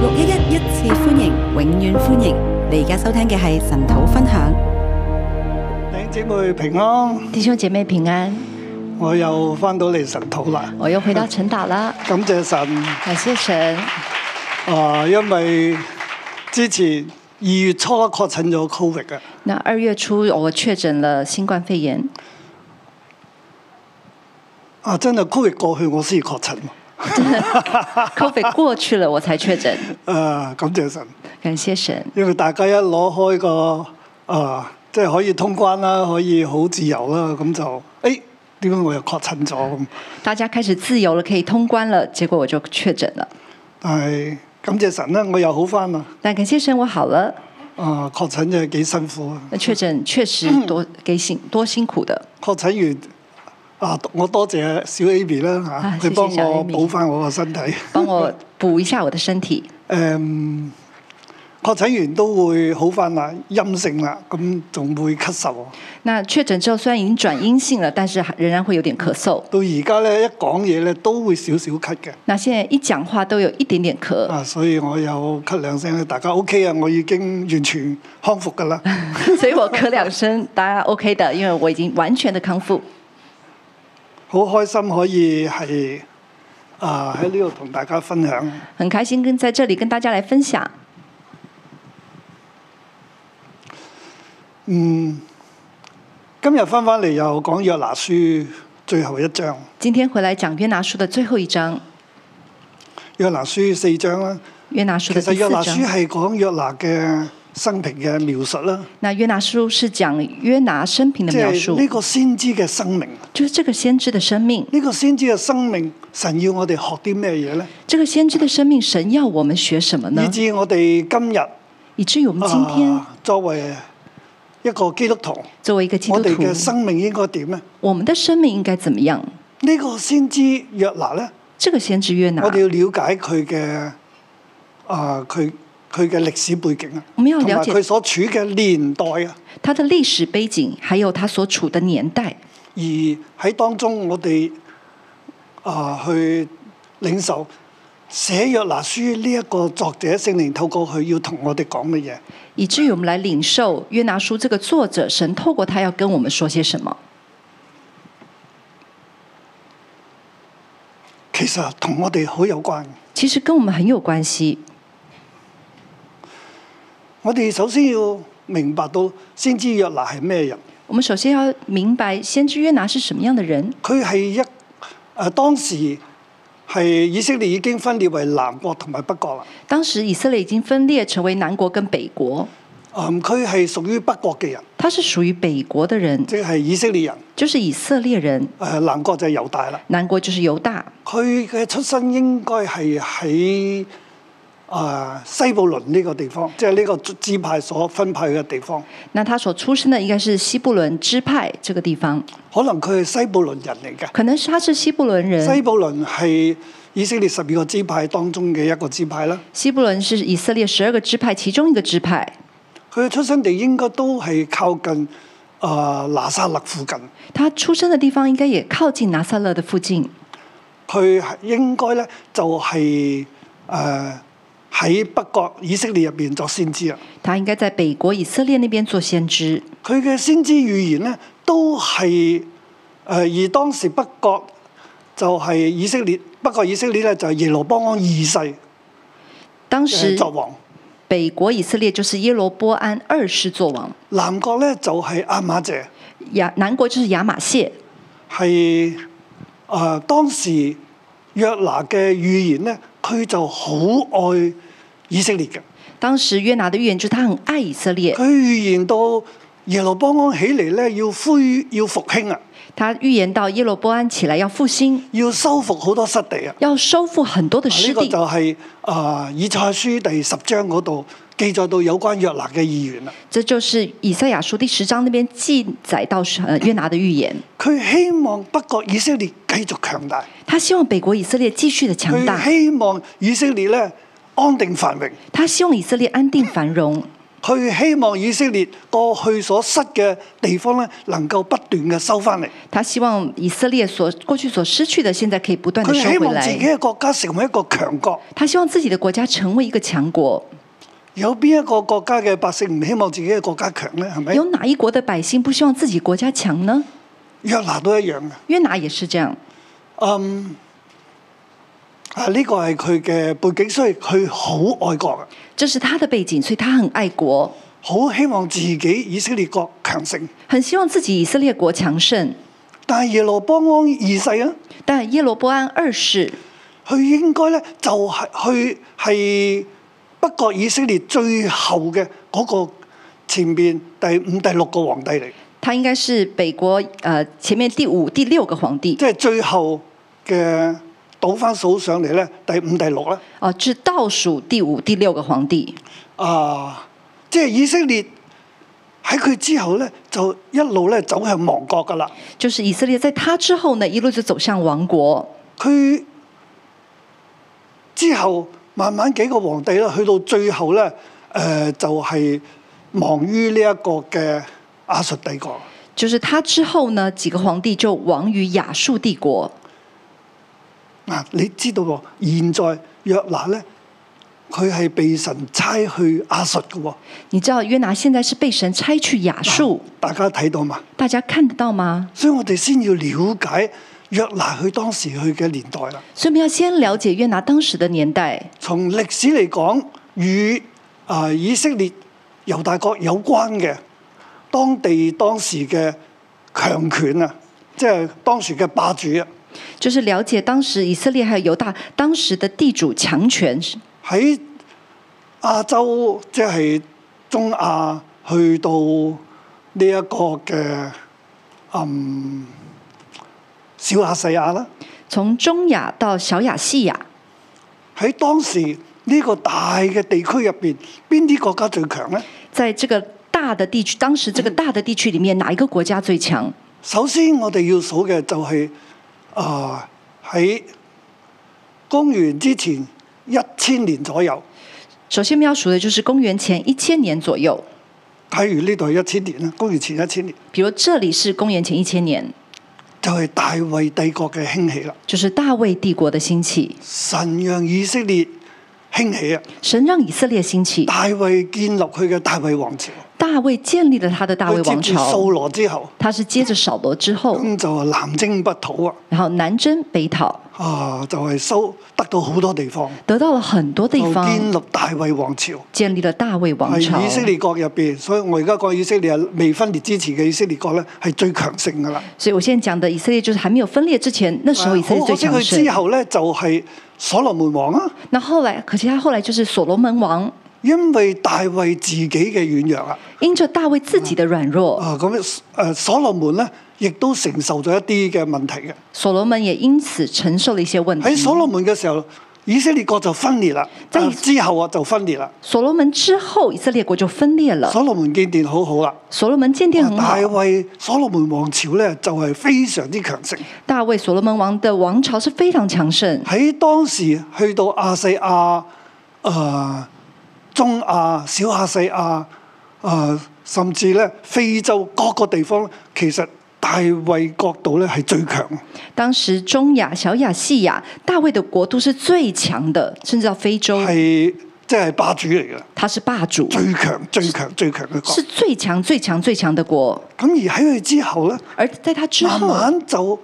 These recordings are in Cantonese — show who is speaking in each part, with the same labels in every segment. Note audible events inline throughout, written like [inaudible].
Speaker 1: 六一一一次歡迎，永遠歡迎！你而家收聽嘅係神土分享。
Speaker 2: 弟兄姐妹平安，
Speaker 3: 弟兄姐妹平安，
Speaker 2: 我又翻到嚟神土啦，
Speaker 3: 我又回到晨祷啦，
Speaker 2: 感謝神
Speaker 3: 感谢神。
Speaker 2: 啊！因為之前二月初確診咗 Covid 啊，
Speaker 3: 那二月初我确诊了新冠肺炎，
Speaker 2: 啊真係 Covid 過去我先確診喎，
Speaker 3: COVID 过去了我才确诊，
Speaker 2: 誒、啊感謝神，
Speaker 3: 感谢神。
Speaker 2: 因為大家一攞開個啊，即係可以通關啦，可以好自由啦，咁就誒點解我又確診咗咁？
Speaker 3: 大家开始自由了，可以通关了，结果我就确诊了。
Speaker 2: 但係感謝神啦，我又好翻啦，
Speaker 3: 但感谢神，我好了。
Speaker 2: 啊確診真係幾辛苦啊！
Speaker 3: 那确诊确实多给辛多辛苦的，
Speaker 2: 確診完啊，我多謝小 Amy 啦
Speaker 3: 啊
Speaker 2: 嚇，佢、幫
Speaker 3: 謝謝小
Speaker 2: 我
Speaker 3: Amy
Speaker 2: 補翻我個身體。誒、嗯
Speaker 3: 帮我补一下我的身体。
Speaker 2: 確診完都會好翻啦，陰性啦，咁仲會咳嗽。
Speaker 3: 那确诊之后虽然已经转阴性了，但是还仍然会有点咳嗽。
Speaker 2: 到而家咧，一講嘢咧都會少少咳嘅。
Speaker 3: 那现在一讲话都有一點點咳，
Speaker 2: 啊，所以我有咳兩聲咧，大家 OK 啊，我已經完全康復
Speaker 3: [laughs]
Speaker 2: 㗎啦。
Speaker 3: 所以我咳兩聲，大家 OK 的，因為我已經完全的康復。
Speaker 2: 好開心可以係啊喺呢度同大家分享。
Speaker 3: 很开心跟在这里跟大家来分享。
Speaker 2: 今日翻返嚟又講約拿書最後一章。
Speaker 3: 今天回来讲约拿书的最后一章，
Speaker 2: 約拿書四章啦，
Speaker 3: 约拿书
Speaker 2: 其
Speaker 3: 的
Speaker 2: 實
Speaker 3: 第
Speaker 2: 約
Speaker 3: 四
Speaker 2: 拿書
Speaker 3: 章。
Speaker 2: 係講約拿嘅生平嘅描述啦，
Speaker 3: 那约拿书是讲约拿生平的
Speaker 2: 即
Speaker 3: 描
Speaker 2: 係
Speaker 3: 述，
Speaker 2: 呢個先知嘅生命。呢、
Speaker 3: 就是这个先知的生命。
Speaker 2: 個先知嘅生命，神要我哋學啲咩嘢呢？
Speaker 3: 这个先知的生命，神要我们学什么
Speaker 2: 以
Speaker 3: 呢？
Speaker 2: 至我哋今日
Speaker 3: 以至于我们今天
Speaker 2: 啊、作為一個基督徒，
Speaker 3: 作为一个基督
Speaker 2: 我哋
Speaker 3: 徒
Speaker 2: 嘅，生命應該點呢？
Speaker 3: 我们的生命应该怎么样？
Speaker 2: 呢、個先知約拿呢，
Speaker 3: 这个先知约拿
Speaker 2: 我，哋要了解佢嘅啊佢佢嘅歷史背景啊，
Speaker 3: 我們要
Speaker 2: 同埋
Speaker 3: 了解
Speaker 2: 佢所處嘅年代啊。
Speaker 3: 他的历史背景，还有他所处的年代，
Speaker 2: 而喺當中我哋啊、去領受寫約拿書呢一個作者聖靈透過佢要同我哋講嘅嘢。
Speaker 3: 以至于我们来领受约拿书这个作者，神透过他要跟我们说些什么。
Speaker 2: 其實同我哋好有關。
Speaker 3: 其实跟我们很有关系。
Speaker 2: 我哋首先要明白到先知約拿係咩人，
Speaker 3: 我们首先要明白先知约拿是什么样的人。
Speaker 2: 佢係一誒、呃、當時係以色列已經分裂為南國同埋北國啦。
Speaker 3: 当时以色列已经分裂成为南国跟北国，
Speaker 2: 嗯，佢係屬於北國嘅人，
Speaker 3: 他是属于北国的人，
Speaker 2: 即係以色列人。
Speaker 3: 就是以色列人，
Speaker 2: 誒、南國就係猶大啦。
Speaker 3: 南国就是犹大。
Speaker 2: 佢嘅出身應該係喺啊西布倫呢個地方，即係呢個支派所分派嘅地方。
Speaker 3: 那他所出生的应该是西布伦支派这个地方，
Speaker 2: 可能佢係西布倫人嚟嘅。
Speaker 3: 可能是他是西布伦
Speaker 2: 西
Speaker 3: 人。
Speaker 2: 布倫係以色列十二個支派當中嘅一個支派啦。
Speaker 3: 西布伦是以色列十二个支派其中一个支派，
Speaker 2: 佢嘅出生地應該都係靠近啊、拿撒勒附近。
Speaker 3: 他出生的地方应该也靠近拿撒勒的附近。
Speaker 2: 佢係應該咧就係誒喺北國以色列入邊作先知啊。
Speaker 3: 他应该在北国以色列那边做先知。
Speaker 2: 佢嘅先知預言呢，都係誒、呃而當時北國就係以色列，北國以色列咧就係耶羅波安二世呃
Speaker 3: 当时
Speaker 2: 作王，
Speaker 3: 北国以色列就是耶罗波安二世作王，
Speaker 2: 南國咧就係亞瑪謝，
Speaker 3: 亚南国就是亚玛谢。
Speaker 2: 係誒、呃、當時約拿嘅預言呢，佢就好愛以色列嘅，
Speaker 3: 当時約拿的預言就是他很愛以色列，
Speaker 2: 佢預言到耶羅波安起嚟咧要恢要復興啊，
Speaker 3: 他預言到耶羅波安起來要復興，
Speaker 2: 要收復好多失地啊。
Speaker 3: 要收復很多的
Speaker 2: 呢
Speaker 3: 失
Speaker 2: 個
Speaker 3: 地
Speaker 2: 就。係、啊、以賽亞書第十章嗰度記載到有關約拿嘅意願啦。
Speaker 3: 這就是以賽亞書第十章那邊記載到呃約拿的預言，
Speaker 2: 佢希望北國以色列繼續強大，
Speaker 3: 他希望北國以色列繼續的強
Speaker 2: 佢
Speaker 3: 大，
Speaker 2: 希望以色列咧安定繁榮，
Speaker 3: 他希望以色列安定繁榮，
Speaker 2: 佢希望以色列過去所失嘅地方咧，能夠不斷嘅收翻嚟。
Speaker 3: 他希望以色列所过去所失去的，現在可以不斷的
Speaker 2: 佢
Speaker 3: 收
Speaker 2: 希
Speaker 3: 回
Speaker 2: 望自己
Speaker 3: 來。
Speaker 2: 嘅國家成為一個強國。
Speaker 3: 他希望自己的國家成為一個強國。
Speaker 2: 有邊一個國家嘅百姓唔希望自己嘅國家強咧？係咪
Speaker 3: 有？哪一國的百姓不希望自己國家強呢？
Speaker 2: 約拿都一樣嘅。
Speaker 3: 約拿也是這樣。
Speaker 2: 嗯，啊呢、個係佢嘅背景，所以佢好愛國嘅，
Speaker 3: 这是他的背景，所以他很愛國，
Speaker 2: 好希望自己以色列國強盛。
Speaker 3: 很希望自己以色列國強盛。
Speaker 2: 但係耶羅波安二世啊，
Speaker 3: 但耶羅波安二世，
Speaker 2: 佢應該咧就係佢係北國以色列最後嘅嗰個前面第五、第六個皇帝嚟，
Speaker 3: 他應該是北國呃前面第五、第六個皇帝
Speaker 2: 即係最後嘅倒翻數上嚟咧，第五、第六啦。
Speaker 3: 哦，至倒數第五、第六個皇帝。
Speaker 2: 啊，即係以色列喺佢之後咧，就一路咧走向亡國噶啦。
Speaker 3: 就是以色列在他之後呢，一路就走向亡國。
Speaker 2: 佢之後慢慢幾個皇帝啦，去到最後咧，誒、就係、亡於呢一個嘅亞述帝國。
Speaker 3: 就是他之後呢，幾個皇帝就亡於亞述帝國。
Speaker 2: 嗱、啊你知道喎，現在約拿咧，佢係被神差去亞述嘅喎，
Speaker 3: 你知道約拿現在是被神差去亞述，
Speaker 2: 大家睇到嘛？
Speaker 3: 大家看得到嗎？
Speaker 2: 所以我哋先要了解約拿佢當時佢嘅年代啦。
Speaker 3: 所以我們要先了解約拿當時的年代，
Speaker 2: 從歷史嚟講，與啊、以色列猶大國有關嘅當地當時嘅強權啊，即係當時嘅霸主啊，
Speaker 3: 就是了解當時以色列還有猶大當時的地主強權，
Speaker 2: 喺亞洲即係中亞去到呢一個嘅嗯小亞細亞啦，
Speaker 3: 從中亞到小亞細亞，
Speaker 2: 喺當時呢個大嘅地區入邊，邊啲國家最強呢？
Speaker 3: 在這個大的地區，當時這個大的地區裡面，哪一個國家最強？
Speaker 2: 首先我哋要數嘅就係啊喺公元之前一千年左右，
Speaker 3: 首先我們要數的就是公元前一千年左右，
Speaker 2: 假如呢度係一千年啦，公元前一千年
Speaker 3: 比如這裡是公元前一千年，
Speaker 2: 就係、大衛帝國嘅興起啦。
Speaker 3: 就是大衛帝國的興起，
Speaker 2: 神讓以色列興起啊，
Speaker 3: 神讓以色列興起，
Speaker 2: 大衛建立佢嘅大衛王朝，
Speaker 3: 大衛建立了他的大
Speaker 2: 佢
Speaker 3: 衛王
Speaker 2: 接住掃
Speaker 3: 朝，
Speaker 2: 羅之後，
Speaker 3: 他是接着掃羅之後，
Speaker 2: 咁就南征北討啊，
Speaker 3: 然後南征北討，
Speaker 2: 啊就係、收得到好多地方，
Speaker 3: 得到了很多地
Speaker 2: 就建
Speaker 3: 方，
Speaker 2: 立大衛王朝。
Speaker 3: 建立了大衛王朝
Speaker 2: 係。啊哎以色列國入邊，所以我而家講以色列係未分裂之前嘅以色列國咧，係最強盛噶啦。
Speaker 3: 所以我現在講的以色列就是還沒有分裂之前，那時候以色列
Speaker 2: 好可
Speaker 3: 最
Speaker 2: 惜
Speaker 3: 強
Speaker 2: 佢之
Speaker 3: 盛。
Speaker 2: 後咧就係所羅門王啊，
Speaker 3: 那後來，可惜他後來就是所羅門王，
Speaker 2: 因為大衛自己嘅軟弱啊，
Speaker 3: 因着大衛自己的軟弱，
Speaker 2: 啊咁誒所羅門咧亦都承受咗一啲嘅問題嘅。
Speaker 3: 所羅門也因此承受了一些問
Speaker 2: 喺哎所
Speaker 3: 題。
Speaker 2: 羅門嘅時候，以色列國就分裂啦，
Speaker 3: 嗯即係
Speaker 2: 啊之後啊就分裂啦。
Speaker 3: 所羅門之後，以色列國就分裂了。
Speaker 2: 所羅門建殿好好啦，
Speaker 3: 所羅門建殿
Speaker 2: 啊
Speaker 3: 很好
Speaker 2: 大，衛所羅門王朝咧就係非常之強盛。
Speaker 3: 大衛所羅門王的王朝是非常強盛。
Speaker 2: 喺當時去到亞細亞、誒、呃中亞、小亞細亞、誒、甚至咧非洲各個地方，其實大衛國度咧係最強。
Speaker 3: 當時中亞、小亞、細亞，大衛的國度是最強的，甚至到非洲，
Speaker 2: 係即係霸主嚟嘅，
Speaker 3: 他是霸主，
Speaker 2: 最強、最強、最強嘅
Speaker 3: 是
Speaker 2: 國。
Speaker 3: 最強、最強、最強的國。
Speaker 2: 咁而喺佢之後咧，
Speaker 3: 而在他之
Speaker 2: 慢
Speaker 3: 後，
Speaker 2: 慢就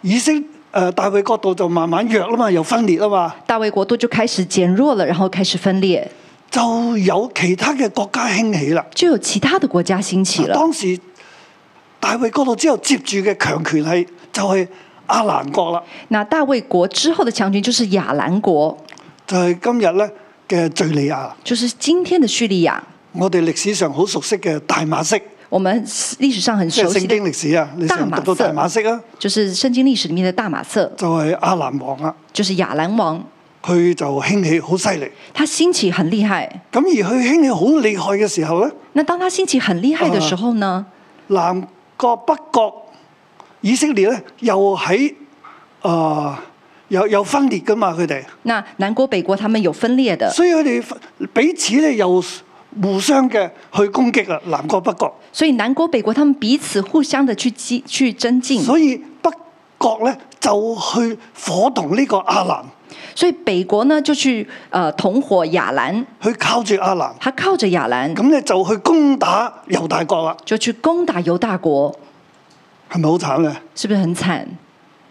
Speaker 2: 以色誒、呃大衛國度就慢慢弱啦嘛，又分裂啦嘛，
Speaker 3: 大衛國度就開始減弱了，然後開始分裂，
Speaker 2: 就有其他嘅國家興起啦。
Speaker 3: 就有其他的國家興起了。
Speaker 2: 當時大衛國度之後接住嘅強權係就係、阿蘭國啦，
Speaker 3: 那大衛國之後的強權就是亞蘭國，
Speaker 2: 就係、今日咧嘅敍利亞，
Speaker 3: 就是今天的敘利亞。
Speaker 2: 我哋歷史上好熟悉嘅大馬色，
Speaker 3: 我們歷史上很
Speaker 2: 即係
Speaker 3: 熟悉
Speaker 2: 聖
Speaker 3: 的，
Speaker 2: 經歷史啊，你成日讀到大
Speaker 3: 大
Speaker 2: 馬
Speaker 3: 馬
Speaker 2: 色啊，
Speaker 3: 就是聖經歷史裡面的大馬色，
Speaker 2: 就係、阿蘭王啊，
Speaker 3: 就是亞蘭王，
Speaker 2: 佢就興起好犀利。
Speaker 3: 他興起很厲害。
Speaker 2: 咁而佢興起好厲害嘅時候咧，
Speaker 3: 那當他興起很厲害的時候呢？
Speaker 2: 南國北國以色列咧又喺啊、又又分裂噶嘛佢哋。
Speaker 3: 那南國北國他們有分裂的，
Speaker 2: 所以佢哋彼此咧又互相嘅去攻擊啊，南國北國。
Speaker 3: 所以南国北国他们彼此互相的去激去增进，
Speaker 2: 所以北國咧就去伙同呢個亞蘭，
Speaker 3: 所以北国呢就去呃同伙亚兰，
Speaker 2: 去靠住亞蘭，
Speaker 3: 他靠着亚兰
Speaker 2: 咁咧就去攻打猶大國啦，啊
Speaker 3: 就去攻打犹大国，
Speaker 2: 係咪好慘咧？
Speaker 3: 是不是很慘？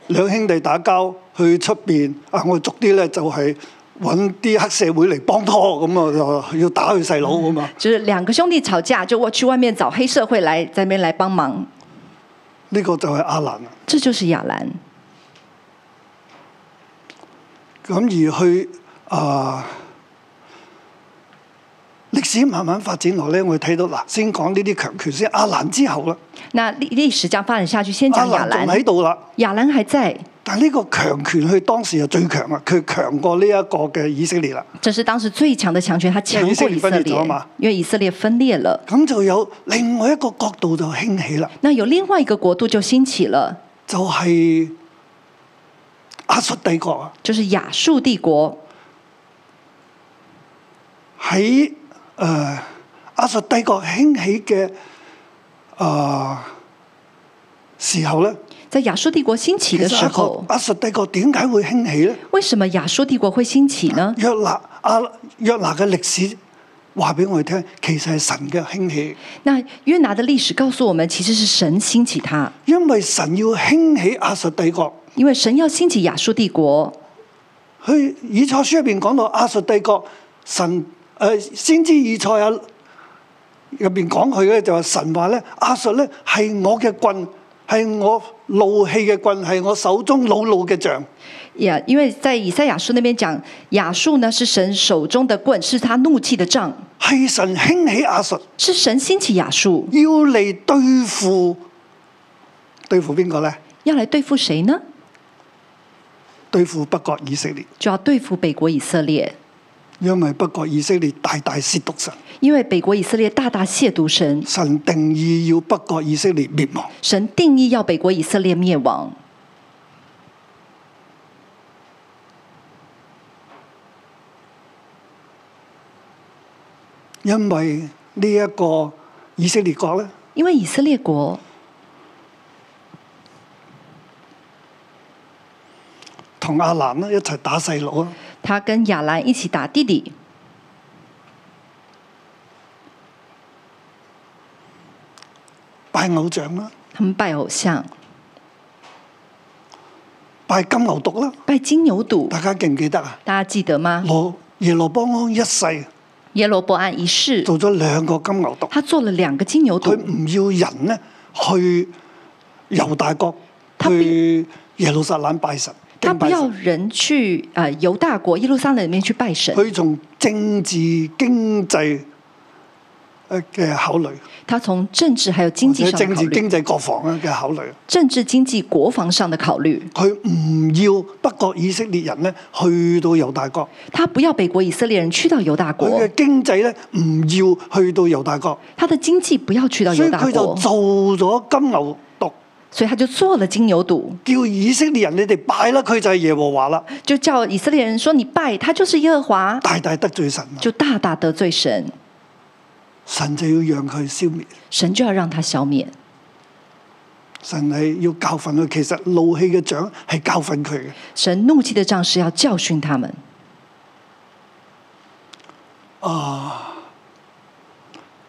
Speaker 2: 兩兄弟打交去出邊啊，我逐啲咧就係揾啲黑社會嚟幫拖咁啊，就要打佢細佬咁啊。
Speaker 3: 就是两个兄弟吵架，就我去外面找黑社会来在那边来帮忙，
Speaker 2: 呢、個就係亞蘭啊啦。
Speaker 3: 这就是亚兰。
Speaker 2: 咁而去啊、歷史慢慢發展落咧，我哋睇到嗱，先講呢啲強權先。亞蘭之後啦，
Speaker 3: 那历历史这样发展下去，先
Speaker 2: 亞
Speaker 3: 讲亚
Speaker 2: 蘭
Speaker 3: 兰，
Speaker 2: 仲喺度啦。
Speaker 3: 亚兰还在，
Speaker 2: 但係呢個強權佢當時係最強啊，佢強過呢一個嘅以色列啦。
Speaker 3: 这是当时最强的强权，他强过以色
Speaker 2: 因为以色列分裂
Speaker 3: 列
Speaker 2: 咗嘛，
Speaker 3: 因为以色列分裂了。
Speaker 2: 咁就有另外一個角度就興起啦，
Speaker 3: 那有另外一个国度就兴起了，
Speaker 2: 就係、亞述帝國啊，
Speaker 3: 就是亚述帝国。
Speaker 2: 喺誒、呃、亞述帝國興起嘅啊、呃時候咧，
Speaker 3: 在亚述帝国兴起
Speaker 2: 其
Speaker 3: 的
Speaker 2: 實
Speaker 3: 时
Speaker 2: 一
Speaker 3: 候
Speaker 2: 個，亞述帝國點解會興起咧？
Speaker 3: 为什么亚述帝国会兴起呢？
Speaker 2: 約拿亞約拿嘅歷史話俾我哋聽，其實係神嘅興起，
Speaker 3: 那约拿的历史告诉我们，其实是神兴起他，
Speaker 2: 因為神要興起亞述帝國。
Speaker 3: 因为神要兴起亚述帝国。
Speaker 2: 佢以賽書入邊講到亞述帝國神誒、呃先知以賽亞入邊講佢咧就話神話咧亞述咧係我嘅棍，係我怒氣嘅棍，係我手中惱怒嘅杖。
Speaker 3: 也因为在以赛亚书那边讲，亚述呢是神手中的棍，是他怒气的杖，
Speaker 2: 係神興起亞述，
Speaker 3: 是神兴起亚述，
Speaker 2: 要嚟對付對付邊個咧？
Speaker 3: 要来对付谁呢？
Speaker 2: 對付北國以色列，
Speaker 3: 就要對付北国以色列，
Speaker 2: 因為北國以色列大大褻瀆神，
Speaker 3: 因为北国以色列大大亵渎神，
Speaker 2: 神定義要北國以色列滅亡。
Speaker 3: 神定义要北国以色列灭亡。
Speaker 2: 因為呢一個以色列國咧，
Speaker 3: 因为以色列国
Speaker 2: 同阿蘭咧一齊打細佬啊！
Speaker 3: 他跟亚兰一起打弟弟，
Speaker 2: 拜偶像啦，
Speaker 3: 他们拜偶像，
Speaker 2: 拜金牛犢啦，
Speaker 3: 拜金牛犊，
Speaker 2: 大家記唔記得啊？
Speaker 3: 大家記得嗎？
Speaker 2: 羅耶羅波安一世
Speaker 3: 耶罗伯安一世，
Speaker 2: 做咗兩個金牛犢，
Speaker 3: 他做了两个金牛
Speaker 2: 佢
Speaker 3: 犊，
Speaker 2: 唔要人咧去猶大國
Speaker 3: 他必
Speaker 2: 去耶路撒冷拜神，
Speaker 3: 他
Speaker 2: 敬
Speaker 3: 不
Speaker 2: 拜
Speaker 3: 要
Speaker 2: 神。
Speaker 3: 人去呃犹大国耶路撒冷里面去拜神。
Speaker 2: 佢從政治經濟呃嘅考慮，
Speaker 3: 他从政治还有经
Speaker 2: 或
Speaker 3: 济
Speaker 2: 者
Speaker 3: 上的
Speaker 2: 哦政
Speaker 3: 考
Speaker 2: 治
Speaker 3: 虑，
Speaker 2: 經濟國防啊嘅考慮，
Speaker 3: 政治、经济、国防上的考虑，
Speaker 2: 佢唔要北國以色列人咧去到猶大國，
Speaker 3: 他不要北国以色列人去到犹大
Speaker 2: 佢
Speaker 3: 国
Speaker 2: 嘅，經濟咧唔要去到猶大國。
Speaker 3: 他的经济不要去到
Speaker 2: 所
Speaker 3: 犹
Speaker 2: 以
Speaker 3: 大
Speaker 2: 佢就
Speaker 3: 国，
Speaker 2: 做咗金牛犊，
Speaker 3: 所以他就做了金牛犊，
Speaker 2: 叫以色列人你哋拜啦，佢就係耶和華啦，
Speaker 3: 就叫以色列人说：“你拜他就是耶和华。
Speaker 2: 大大得罪神啦”，
Speaker 3: 就大大得罪神，
Speaker 2: 神就要讓佢消滅，
Speaker 3: 神就要让他消灭。
Speaker 2: 神係要教訓佢。其實怒氣嘅掌係教訓佢嘅。
Speaker 3: 神怒气的杖是要教训他们。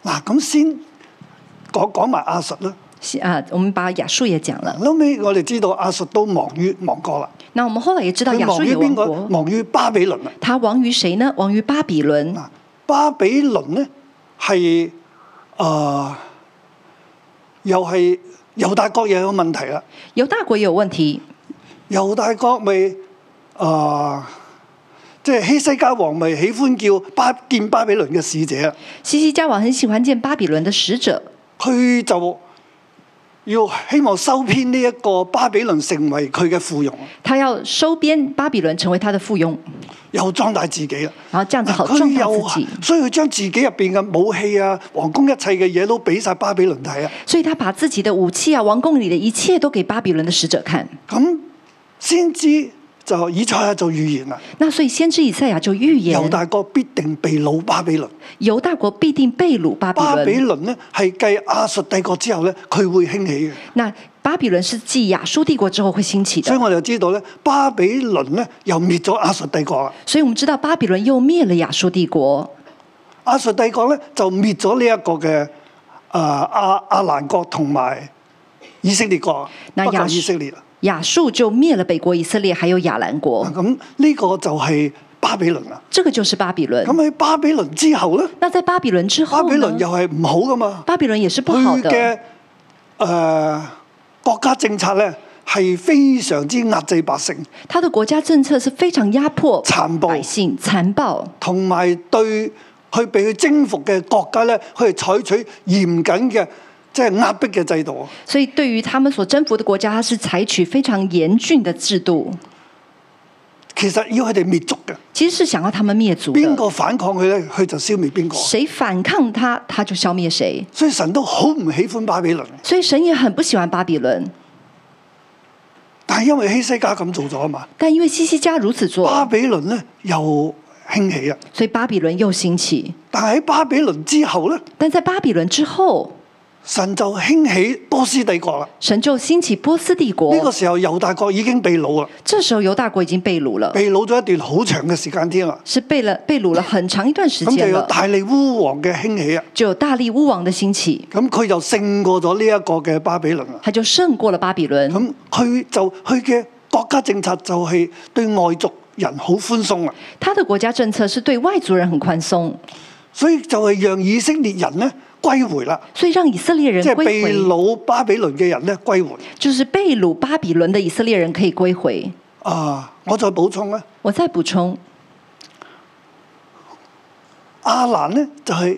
Speaker 2: 嗱，咁先講講埋亞述啦。
Speaker 3: 是啊，我们把亚述也讲了，
Speaker 2: 後尾我哋知道亞述都亡於亡國啦，
Speaker 3: 那我们後來也知道
Speaker 2: 佢
Speaker 3: 亚述
Speaker 2: 亡於
Speaker 3: 也
Speaker 2: 邊
Speaker 3: 亡
Speaker 2: 個？
Speaker 3: 国，
Speaker 2: 亡於巴比倫啦。
Speaker 3: 他亡于谁呢？亡于巴比伦。
Speaker 2: 嗱，巴比倫咧係誒呃又係猶大國又有問題啦。
Speaker 3: 犹大国也有问題，
Speaker 2: 猶大國咪啊、即係希西家王咪喜歡叫巴見巴比倫嘅使者，
Speaker 3: 西西家王很喜歡見巴比倫的使者，
Speaker 2: 佢就要希望收編呢一個巴比倫成為佢嘅附庸，
Speaker 3: 他要收編巴比倫成為他的附庸，
Speaker 2: 又壯大自己啦。
Speaker 3: 然後這樣子好
Speaker 2: 嗱
Speaker 3: 壯
Speaker 2: 啊佢
Speaker 3: 大
Speaker 2: 又
Speaker 3: 自己。
Speaker 2: 所以佢將自己入邊嘅武器啊、皇宮一切嘅嘢都俾晒巴比倫睇啊，
Speaker 3: 所以他把自己的武器啊、王宮裡的一切都給巴比倫的使者看，
Speaker 2: 咁先知就以賽亞就預言啦，
Speaker 3: 那所以先知以赛亚就预言
Speaker 2: 猶大國必定被擄巴比倫。
Speaker 3: 犹大国必定被掳巴比
Speaker 2: 巴比
Speaker 3: 伦。
Speaker 2: 倫呢係繼亞述帝國之後呢，佢會興起嘅。
Speaker 3: 那巴比伦是继亚述帝国之后会兴起
Speaker 2: 所以
Speaker 3: 的，
Speaker 2: 我就知道咧，巴比倫咧又滅咗亞述帝國啦。
Speaker 3: 所以我们知道巴比伦又灭了亚述帝国，
Speaker 2: 亞述帝國咧就滅咗呢一個嘅啊亞亞蘭國同埋以色列國，
Speaker 3: 那
Speaker 2: 北國
Speaker 3: 亞述
Speaker 2: 以色列啦。啊
Speaker 3: 亚述就灭了北国以色列，还有亚兰国。
Speaker 2: 咁呢個就係巴比倫啦。
Speaker 3: 这个就是巴比伦
Speaker 2: 咁。喺巴比倫之後咧，
Speaker 3: 那在巴比伦之
Speaker 2: 嗯巴
Speaker 3: 后
Speaker 2: 比嗯
Speaker 3: 呢？
Speaker 2: 倫又係唔好噶嘛。
Speaker 3: 巴比伦也是啊不好
Speaker 2: 佢
Speaker 3: 的，
Speaker 2: 嘅誒國家政策咧係非常之壓制百姓，
Speaker 3: 他的国家政策是非常压迫
Speaker 2: 殘暴
Speaker 3: 百姓、残暴，
Speaker 2: 同埋對佢被佢征服嘅國家咧，佢係採取嚴謹嘅即係壓迫嘅制度。
Speaker 3: 所以对于他们所征服的国家，他是采取非常严峻的制度，
Speaker 2: 其實要佢哋滅族嘅，
Speaker 3: 其实是想要他们灭族
Speaker 2: 邊
Speaker 3: 的。
Speaker 2: 個反抗佢咧，佢就消滅邊個。
Speaker 3: 谁反抗他，他就消滅谁。
Speaker 2: 所以神都好唔喜歡巴比倫，
Speaker 3: 所以神也很不喜欢巴比伦，
Speaker 2: 但係因為希西家咁做咗啊嘛，
Speaker 3: 但因为西西家如此
Speaker 2: 巴
Speaker 3: 做，
Speaker 2: 比倫咧又興起啊。
Speaker 3: 所以巴比伦又兴起。
Speaker 2: 但係喺巴比倫之後咧，
Speaker 3: 但在巴比伦之后，
Speaker 2: 神就興起波斯帝國啦。
Speaker 3: 神就兴起波斯帝
Speaker 2: 呢、個
Speaker 3: 国。
Speaker 2: 時候猶大國已經被掳啦，
Speaker 3: 这时候犹大国已经被掳了，
Speaker 2: 被掳咗一段好長嘅時間添啦。
Speaker 3: 是被了被掳了很长一段时
Speaker 2: 咁就
Speaker 3: 间
Speaker 2: 有
Speaker 3: 了，
Speaker 2: 大利烏王嘅興起啊，
Speaker 3: 就有大力乌王的兴起。
Speaker 2: 咁佢就勝過咗呢一個嘅巴比倫啦。
Speaker 3: 他就胜过了巴比伦。
Speaker 2: 咁佢就佢嘅國家政策就係對外族人好寬鬆啦。
Speaker 3: 他的国家政策是对外族人很宽松，
Speaker 2: 所以就係讓以色列人咧歸回啦，
Speaker 3: 所以让以色列人
Speaker 2: 即係
Speaker 3: 归
Speaker 2: 被
Speaker 3: 回，
Speaker 2: 掳巴比倫嘅人咧歸回。
Speaker 3: 就是被掳巴比伦的以色列人可以归回。
Speaker 2: 啊，我再補充咧，
Speaker 3: 我再补充，
Speaker 2: 亞蘭咧就係、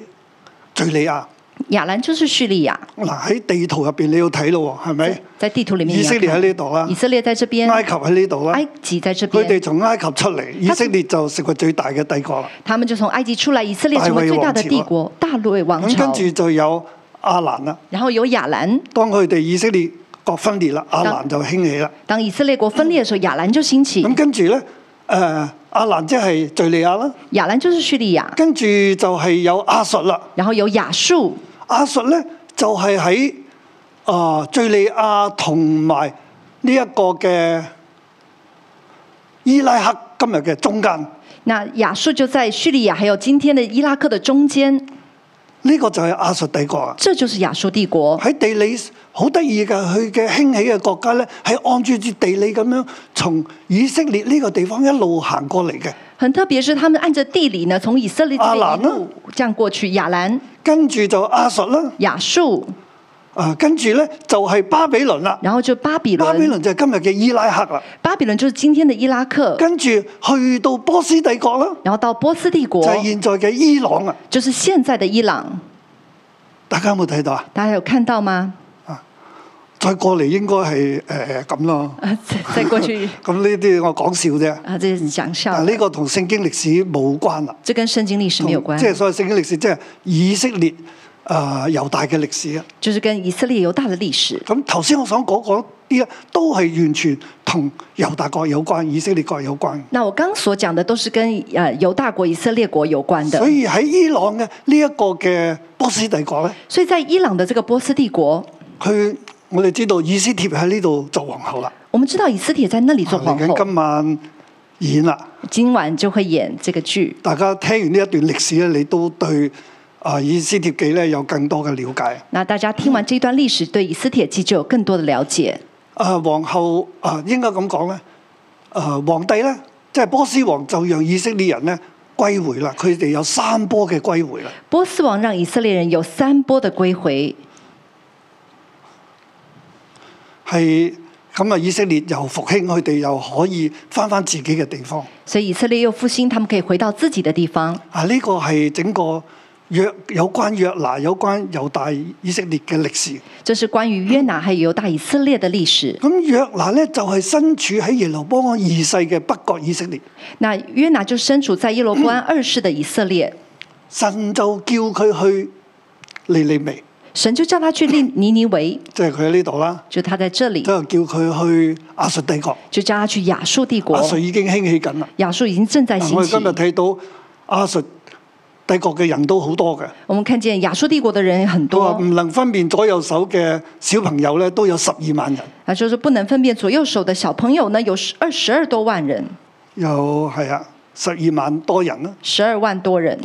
Speaker 2: 敘利亞。
Speaker 3: 亚兰就是叙利亚，
Speaker 2: 嗱喺地圖入邊你要睇咯喎，係咪？
Speaker 3: 在地图里面
Speaker 2: 哎以
Speaker 3: 也要
Speaker 2: 色
Speaker 3: 看，
Speaker 2: 列喺呢度啦啊
Speaker 3: 以，色列在这边，
Speaker 2: 埃及喺呢度啦，啊
Speaker 3: 埃及在这
Speaker 2: 佢哋
Speaker 3: 边，
Speaker 2: 從埃及出嚟，以色列就成為最大嘅帝國啦。
Speaker 3: 他们就从埃及出来，以色列
Speaker 2: 大
Speaker 3: 成为
Speaker 2: 卫
Speaker 3: 最
Speaker 2: 王
Speaker 3: 大的
Speaker 2: 朝
Speaker 3: 帝
Speaker 2: 啊
Speaker 3: 国大卫王
Speaker 2: 咁
Speaker 3: 朝
Speaker 2: 跟。住就有亞蘭啦。
Speaker 3: 然后有亚兰，
Speaker 2: 當佢哋以色列國分裂啦，亞蘭就興起啦。
Speaker 3: 当以色列国分裂的时候，亚兰就兴起，
Speaker 2: 咁跟住咧，誒、亞蘭即係敍利亞啦，
Speaker 3: 亚兰就是叙利亚，
Speaker 2: 跟住就係有亞述啦。
Speaker 3: 然后有亚述，
Speaker 2: 亞述咧就係喺啊敍利亞同埋呢一個嘅伊拉克今日嘅中間，呢、
Speaker 3: 那亚述就在叙利亚还有今天的伊拉克的中间，
Speaker 2: 個就係亞述帝國啊！
Speaker 3: 这就是亚述帝国。
Speaker 2: 喺地理好得意㗎，佢嘅興起嘅國家咧係按住住地理咁樣從以色列呢個地方一路行過嚟嘅，
Speaker 3: 很特别是他们按着地理呢，从以色列这
Speaker 2: 亚
Speaker 3: 边
Speaker 2: 兰
Speaker 3: 一
Speaker 2: 呢
Speaker 3: 路这样过去，亚兰、
Speaker 2: 跟住就亞述啦，
Speaker 3: 亚述，
Speaker 2: 啊跟住咧就係巴比倫啦，
Speaker 3: 然后就巴比
Speaker 2: 巴
Speaker 3: 伦，
Speaker 2: 比倫就係今日嘅伊拉克啦，
Speaker 3: 巴比伦就是今天的伊拉克，
Speaker 2: 跟住去到波斯帝國啦，
Speaker 3: 然后到波斯帝国
Speaker 2: 就，係現在嘅伊朗啊！
Speaker 3: 就是现在的伊朗。
Speaker 2: 大家有冇睇到啊？
Speaker 3: 大家有看到吗？
Speaker 2: 再過嚟應該係誒咁咯。
Speaker 3: 啊，再再过去 [laughs]
Speaker 2: 咁呢啲我講笑啫。
Speaker 3: 啊，这是讲笑
Speaker 2: 但
Speaker 3: 的，
Speaker 2: 呢個同聖經歷史冇關啦，
Speaker 3: 这跟圣经历史没有关
Speaker 2: 即，係所謂聖經歷史，即係以色列啊、呃、猶大嘅歷史啊。
Speaker 3: 就是跟以色列犹大的历史。
Speaker 2: 咁頭先我想講嗰啲咧，啊都係完全同猶大國有關、以色列國有關。
Speaker 3: 那我刚所讲的都是跟呃犹大国、以色列国有关的，
Speaker 2: 所以喺伊朗嘅呢一個嘅波斯帝國咧，
Speaker 3: 所以在伊朗的这个波斯帝国，
Speaker 2: 佢我哋知道以斯帖喺呢度做皇后啦，
Speaker 3: 我们知道以斯帖在那里做
Speaker 2: 嚟
Speaker 3: 皇
Speaker 2: 緊
Speaker 3: 后，
Speaker 2: 今晚演啦。
Speaker 3: 今晚就會演这个剧。
Speaker 2: 大家聽完呢一段歷史咧，你都對啊《以斯帖記》咧有更多嘅了解。
Speaker 3: 那大家听完这段历史，对以斯帖记就有更多的了解。
Speaker 2: 啊，皇后啊，應該咁講咧，啊皇帝咧，即係波斯王就讓以色列人咧歸回啦，佢哋有三波嘅歸回啦。
Speaker 3: 波斯王让以色列人有三波的归回，
Speaker 2: 係咁啊，以色列又復興，佢哋又可以翻翻自己嘅地方。
Speaker 3: 所以以色列又复兴，他们可以回到自己的地方。
Speaker 2: 啊，呢、個係整個約有關約拿、有關猶大以色列嘅歷史。
Speaker 3: 这是关于约拿还有犹大以色列的历史。
Speaker 2: 咁約拿咧就係、身處喺耶羅波安二世嘅北國以色列。
Speaker 3: 那约拿就身处在耶罗波安二世的以色列，
Speaker 2: 神就叫佢去尼尼微，
Speaker 3: 神就叫他去利尼尼维，
Speaker 2: 即係佢喺呢度啦，
Speaker 3: 就他在這裡，
Speaker 2: 都係叫佢去亞述帝國。
Speaker 3: 就叫他去亞述帝國
Speaker 2: 亞。述已經興起緊啦。
Speaker 3: 亞述已經正在
Speaker 2: 嗱
Speaker 3: 興
Speaker 2: 我哋
Speaker 3: 起
Speaker 2: 今。日睇到亞述帝國嘅人都好多嘅，
Speaker 3: 我們看見亞述帝國的人很
Speaker 2: 佢話
Speaker 3: 多，
Speaker 2: 唔能分辨左右手嘅小朋友咧，都有十二萬人。
Speaker 3: 啊，就是不能分辨左右手的小朋友呢，有二十二多萬人，
Speaker 2: 又係啊，十二萬多人啦。
Speaker 3: 十二萬多人。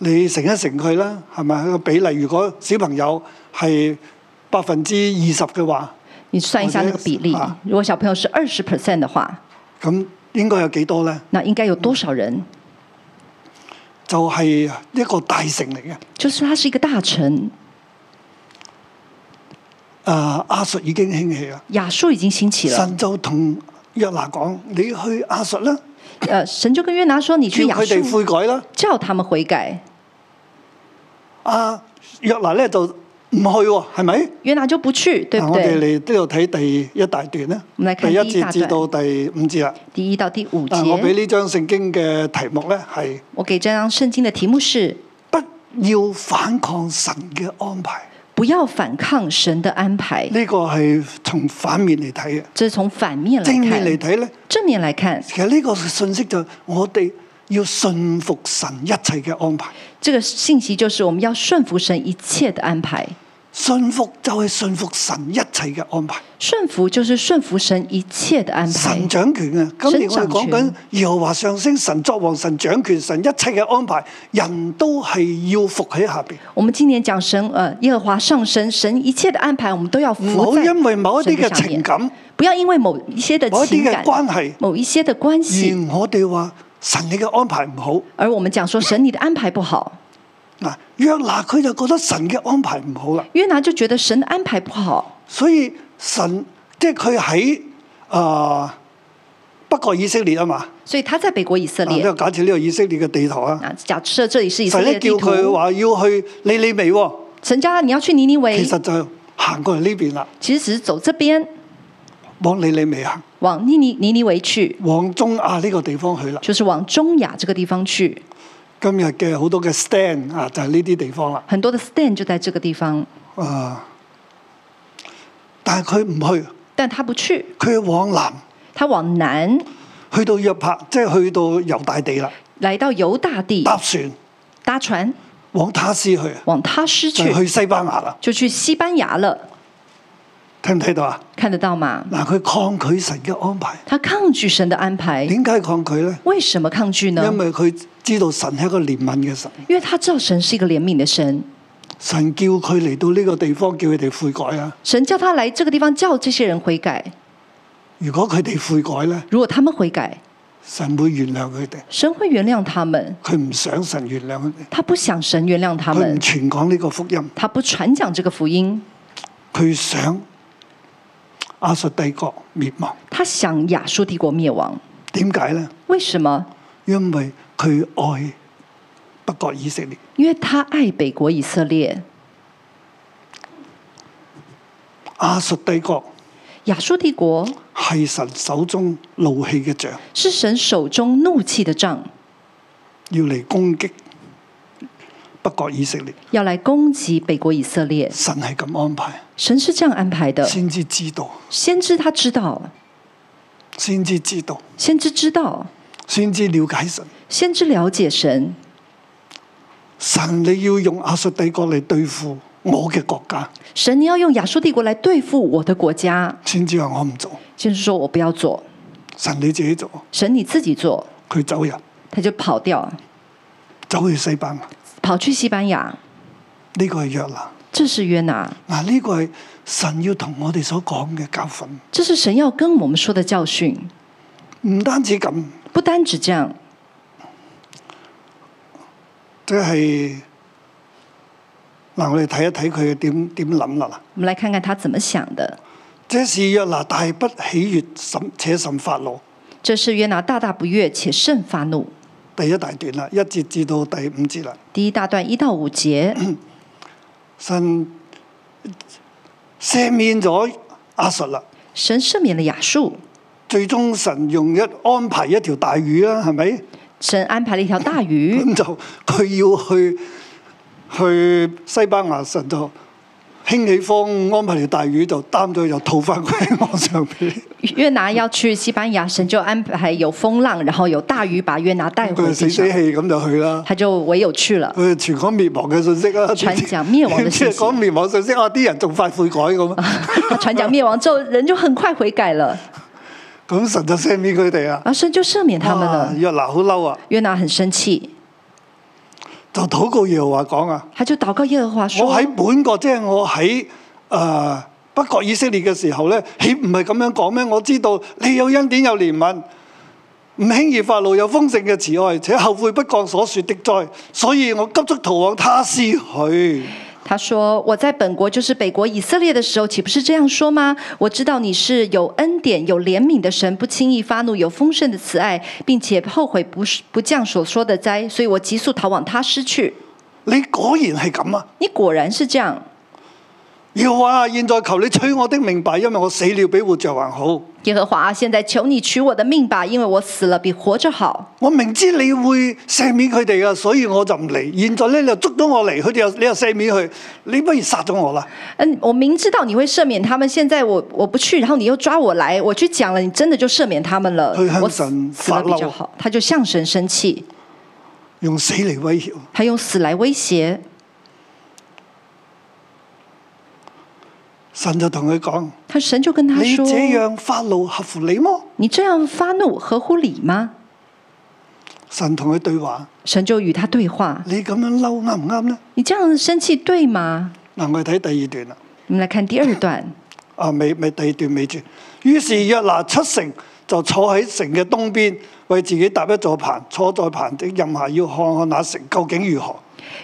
Speaker 2: 你乘一乘佢啦，係咪個比例？如果小朋友係百分之二十嘅話，
Speaker 3: 你算一下那個比例
Speaker 2: 我覺得啊，
Speaker 3: 如果小朋友是二十 percent 的話，
Speaker 2: 咁應該有幾多咧？
Speaker 3: 那應該有多少人？
Speaker 2: 就係、一個大城嚟嘅。
Speaker 3: 就是它是一個大城，
Speaker 2: 啊，亞述已經興起啦。
Speaker 3: 亞述已經興起了。
Speaker 2: 神就同約拿講：你去亞述啦，
Speaker 3: 呃，神就跟約拿說：“你
Speaker 2: 叫
Speaker 3: 去亞
Speaker 2: 佢哋
Speaker 3: 述，
Speaker 2: 悔改啦。
Speaker 3: 叫他們悔改。
Speaker 2: 啊，約拿咧就唔去喎，係咪？”
Speaker 3: 約拿就不去，對
Speaker 2: 嗱
Speaker 3: 不
Speaker 2: 啊我哋嚟
Speaker 3: 對？
Speaker 2: 呢度睇第一大段啦，
Speaker 3: 我們來看
Speaker 2: 第一
Speaker 3: 第一大段
Speaker 2: 節至到第五節啦。
Speaker 3: 第一到第五
Speaker 2: 嗱，我俾
Speaker 3: 節，
Speaker 2: 呢張聖經嘅題目咧係
Speaker 3: 我給這張聖經的題目是：
Speaker 2: 不要反抗神嘅安排。
Speaker 3: 不要反抗神的安排。
Speaker 2: 呢個係從反面嚟睇嘅，
Speaker 3: 这是從反面來
Speaker 2: 正面嚟
Speaker 3: 看，
Speaker 2: 睇咧，
Speaker 3: 正面來看，
Speaker 2: 其實呢個信息就我哋要信服神一切嘅安排。
Speaker 3: 這個信息就是我們要順服神一切的安排。
Speaker 2: 信服就係信服神一切嘅安排，
Speaker 3: 順服就是順服神一切的安排
Speaker 2: 神。掌權嘅。今年我哋
Speaker 3: 神掌
Speaker 2: 講
Speaker 3: 權
Speaker 2: 緊耶和華上升，神作王，神掌權，神一切嘅安排，人都係要服喺下邊。
Speaker 3: 我們今年講神，呃，耶和華上升，神一切的安排，我們都要
Speaker 2: 唔好
Speaker 3: 服在
Speaker 2: 因為某一啲
Speaker 3: 神
Speaker 2: 嘅
Speaker 3: 的上
Speaker 2: 情
Speaker 3: 面，
Speaker 2: 感、
Speaker 3: 不要因為某一些的
Speaker 2: 某一
Speaker 3: 情
Speaker 2: 啲
Speaker 3: 感
Speaker 2: 嘅、關係，
Speaker 3: 某一些的關係，
Speaker 2: 而我哋話神你嘅安排唔好。
Speaker 3: 而我們講說神你的安排不好。
Speaker 2: 嗱，約拿佢就覺得神嘅安排唔好啦，
Speaker 3: 約拿就覺得神的安排不好，
Speaker 2: 所以神即係佢喺啊北國以色列啊嘛，啊
Speaker 3: 所以他在北國以色
Speaker 2: 嗱呢
Speaker 3: 列。
Speaker 2: 個假設呢個以色列嘅地圖啊，
Speaker 3: 啊，假設這裡是以色
Speaker 2: 神
Speaker 3: 列
Speaker 2: 咧
Speaker 3: 的
Speaker 2: 叫
Speaker 3: 地
Speaker 2: 佢
Speaker 3: 圖，
Speaker 2: 話要去尼尼微喎，
Speaker 3: 神叫他你要去尼尼微，
Speaker 2: 其實就行過嚟呢邊啦，
Speaker 3: 其實只是走這邊
Speaker 2: 往尼尼微行，
Speaker 3: 往尼尼尼尼微去，
Speaker 2: 往中亞呢個地方去啦。
Speaker 3: 就是往中亞這個地方去。
Speaker 2: 今日嘅好多嘅 stand 啊，就係呢啲地方啦。
Speaker 3: 很多的 stand 就在這個地方，
Speaker 2: 啊！但係佢唔去，
Speaker 3: 但他不去，
Speaker 2: 佢往南
Speaker 3: 他往南
Speaker 2: 去到約帕，即係去到猶大地啦，
Speaker 3: 來到猶大地，
Speaker 2: 搭船
Speaker 3: 搭船
Speaker 2: 往他斯去，
Speaker 3: 往他施
Speaker 2: 就
Speaker 3: 去，
Speaker 2: 去西班牙啦。
Speaker 3: 就去西班牙了。
Speaker 2: 聽唔聽到啊？
Speaker 3: 看得到嗎？
Speaker 2: 嗱，佢抗拒神嘅安排，
Speaker 3: 他抗拒神的安排，
Speaker 2: 點解抗拒呢？
Speaker 3: 為什麼抗拒呢
Speaker 2: 因？為佢知道神係一個憐憫嘅神，
Speaker 3: 因為他知道神是一個憐憫的神，
Speaker 2: 神叫佢嚟到呢個地方，叫佢哋悔改啊。
Speaker 3: 神叫他來這個地方叫這些人悔改。
Speaker 2: 如果佢哋悔改呢，
Speaker 3: 如果他們悔改，
Speaker 2: 神會原諒佢哋。
Speaker 3: 神會原諒他們。
Speaker 2: 佢唔想神原諒佢哋，
Speaker 3: 他不想神原諒他
Speaker 2: 佢唔
Speaker 3: 們，
Speaker 2: 傳講呢個福音，
Speaker 3: 他不傳講這個福音，
Speaker 2: 佢想亞述帝國滅亡。
Speaker 3: 他想亞述帝國滅亡。
Speaker 2: 點解呢？
Speaker 3: 為什麼？
Speaker 2: 因為佢愛北國以色列。
Speaker 3: 因為他愛北國以色列。
Speaker 2: 亞述帝國
Speaker 3: 亞述帝國
Speaker 2: 係神手中怒氣嘅杖，
Speaker 3: 是神手中怒氣的杖，
Speaker 2: 要嚟攻擊北國以色列。
Speaker 3: 要來攻擊北國以色列。
Speaker 2: 神係咁安排，
Speaker 3: 神是這樣安排的，
Speaker 2: 先知知道，
Speaker 3: 先知他知道，
Speaker 2: 先知知道，
Speaker 3: 先知知道，
Speaker 2: 先知了解神。
Speaker 3: 先知了解神。
Speaker 2: 神你要用亞述帝國嚟對付我嘅國家，
Speaker 3: 神，你要用亞述帝國來對付我的國家。
Speaker 2: 先知話我唔做，
Speaker 3: 先知說：“我不要做。
Speaker 2: 神你自己做。”
Speaker 3: 神，你自己做。
Speaker 2: 佢走人，
Speaker 3: 他就跑掉，
Speaker 2: 走去西班牙。
Speaker 3: 跑去西班牙。
Speaker 2: 呢、個係約拿。
Speaker 3: 這是約拿，
Speaker 2: 嗱，呢個係神要同我哋所講嘅教訓。
Speaker 3: 這是神要跟我們說的教訓。
Speaker 2: 唔單止咁，
Speaker 3: 不單止這樣，
Speaker 2: 即係嗱，我哋睇一睇佢點點諗啦。
Speaker 3: 我們來看看他怎麼想的。
Speaker 2: 這是約拿大不喜悦，甚且甚發怒。
Speaker 3: 這是約拿大大不悅且甚發怒。
Speaker 2: 第一大段啦，一節至到第五節啦。
Speaker 3: 第一大段一到五節，
Speaker 2: 神赦免咗亞述啦，
Speaker 3: [clears throat] 神赦免了亞述，
Speaker 2: 最終神用一安排一條大魚啦，係咪？
Speaker 3: 神安排了一條大
Speaker 2: [laughs]
Speaker 3: 魚，
Speaker 2: 咁就佢要去去西班牙，神就興起風安排條大魚就擔咗佢就吐翻佢喺我上邊，
Speaker 3: 约拿要去西班牙，神就安排有风浪，然后有大鱼把约拿带回
Speaker 2: 佢就
Speaker 3: 地
Speaker 2: 死死
Speaker 3: 上，
Speaker 2: 氣咁就去啦。
Speaker 3: 他就唯有去了。
Speaker 2: 佢全講滅亡嘅信息啦，
Speaker 3: 傳講滅亡嘅信息
Speaker 2: 即係講滅亡信息啊！啲人仲快悔改
Speaker 3: [laughs]
Speaker 2: 咁，
Speaker 3: 他传讲灭亡之后，人就很快悔改了，
Speaker 2: 咁神就赦免佢哋啊！
Speaker 3: 而神就赦免他们
Speaker 2: 啊
Speaker 3: 了。
Speaker 2: 約拿好嬲啊，
Speaker 3: 约拿很生气，
Speaker 2: 就禱告耶和華講啊：
Speaker 3: 他就祷告耶和华
Speaker 2: 我
Speaker 3: 说
Speaker 2: 喺本國，即係我喺誒北國以色列嘅時候咧，岂唔係咁樣講咩？我知道你有恩典有憐憫，唔輕易發怒，有豐盛嘅慈愛，且後悔不降所説的災，所以我急速逃往他施去。：“
Speaker 3: 他说我在本国，就是北国以色列的时候，岂不是这样说吗？我知道你是有恩典、有怜悯的神，不轻易发怒，有丰盛的慈爱，并且后悔不是不降所说的灾，所以我急速逃往他失去。
Speaker 2: 你果然係咁啊！
Speaker 3: 你果然是这样。”
Speaker 2: 要啊！現在求你取我的命吧，因為我死了比活着還好。
Speaker 3: 耶和华，现在求你取我的命吧，因为我死了比活着好。
Speaker 2: 我明知你會赦免佢哋啊，所以我就唔嚟。現在咧，你又捉到我嚟，佢哋又你又赦免佢，你不如殺咗我啦！
Speaker 3: 嗯，我明知道你会赦免他們，現在我我不去，然后你又抓我来，我去讲了，你真的就赦免他们了
Speaker 2: 佢。向
Speaker 3: 我
Speaker 2: 神
Speaker 3: 死死了比
Speaker 2: 發
Speaker 3: 较
Speaker 2: 嬲
Speaker 3: 好，他就向神生气，
Speaker 2: 用死嚟威脅。
Speaker 3: 他用死来威胁。
Speaker 2: 神就同佢講：
Speaker 3: 他神就跟他
Speaker 2: 你
Speaker 3: 说
Speaker 2: 這：“樣發怒合乎你麼？
Speaker 3: 你这样发怒合乎理吗
Speaker 2: 神同佢對話：？”
Speaker 3: 神就与他对话：“
Speaker 2: 你咁樣嬲啱唔啱呢？
Speaker 3: 你这样生气对吗？
Speaker 2: 嗱，我哋睇第二段啦。
Speaker 3: 我们来看第二段。
Speaker 2: 啊，未未第二段未住。於是約拿出城，就坐喺城嘅東邊，為自己搭一座棚，坐在棚的任下，要看看那城究竟如何。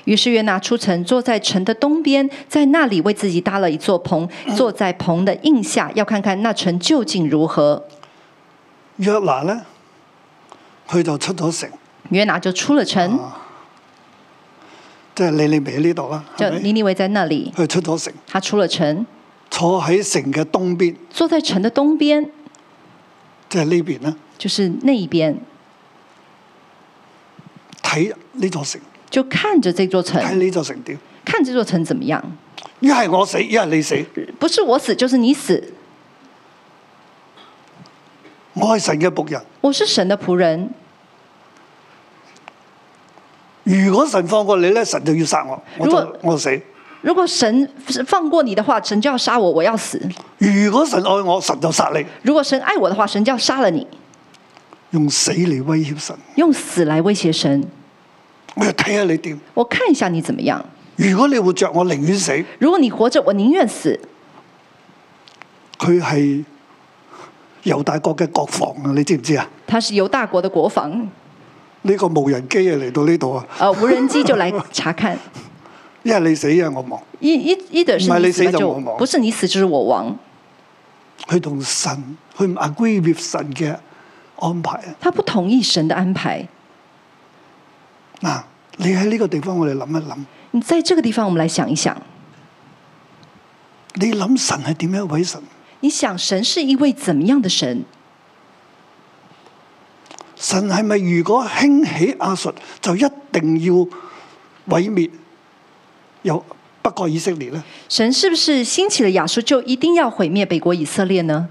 Speaker 3: 于是约拿出城，坐在城的东边，在那里为自己搭了一座棚，坐在棚的印下，要看看那城究竟如何。
Speaker 2: 約拿呢，佢就出咗城，
Speaker 3: 约拿就出了城，
Speaker 2: 即係尼尼微喺呢度啦，
Speaker 3: 就
Speaker 2: 係咪
Speaker 3: 尼尼微在那里，
Speaker 2: 佢出咗城，
Speaker 3: 他出了城，
Speaker 2: 坐喺城嘅東邊，
Speaker 3: 坐在城的东边，
Speaker 2: 即係呢邊啦，
Speaker 3: 就是那一边，
Speaker 2: 睇呢座城，
Speaker 3: 就看着这座
Speaker 2: 睇
Speaker 3: 城，
Speaker 2: 呢座城點。
Speaker 3: 看这座城怎么样。
Speaker 2: 一係我死，一係你死，
Speaker 3: 不是我死就是你死，
Speaker 2: 我係神嘅仆人。
Speaker 3: 我是神的仆人。
Speaker 2: 如果神放過你呢，神就要殺我，我
Speaker 3: 如果
Speaker 2: 就我死。
Speaker 3: 如果神放过你的话，神就要杀我，我要死；
Speaker 2: 如果神愛我，神就殺你，
Speaker 3: 如果神爱我的话，神就要杀了你。
Speaker 2: 用死嚟威脅神。
Speaker 3: 用死来威胁神，
Speaker 2: 我就睇下你點。
Speaker 3: 我看一下你怎么样。
Speaker 2: 如果你活着，我寧願死。
Speaker 3: 如果你活着，我宁愿死。
Speaker 2: 佢係猶大國嘅國防啊，你知唔知啊？
Speaker 3: 他是犹大国的国防，
Speaker 2: 呢、個無人機啊嚟到呢度啊，
Speaker 3: 呃，无人机就来查看，
Speaker 2: 一係你死，一係我亡。
Speaker 3: 一一一的是
Speaker 2: 唔係你
Speaker 3: 你
Speaker 2: 死
Speaker 3: 死，
Speaker 2: 就
Speaker 3: 就
Speaker 2: 我亡
Speaker 3: 不是你死就是我亡。
Speaker 2: 佢同神，佢唔 agree with 神嘅安排啊！
Speaker 3: 他不同意神的安排。
Speaker 2: 嗱，你喺呢個地方，我哋諗一諗，
Speaker 3: 你在这个地方，我们来想一想，
Speaker 2: 你諗神係點樣一位神？
Speaker 3: 你想神是一位怎么样的神？
Speaker 2: 神係咪如果興起亞述，就一定要毀滅有北國以色列呢？
Speaker 3: 神是不是兴起了亚述就一定要毁灭北国以色列呢？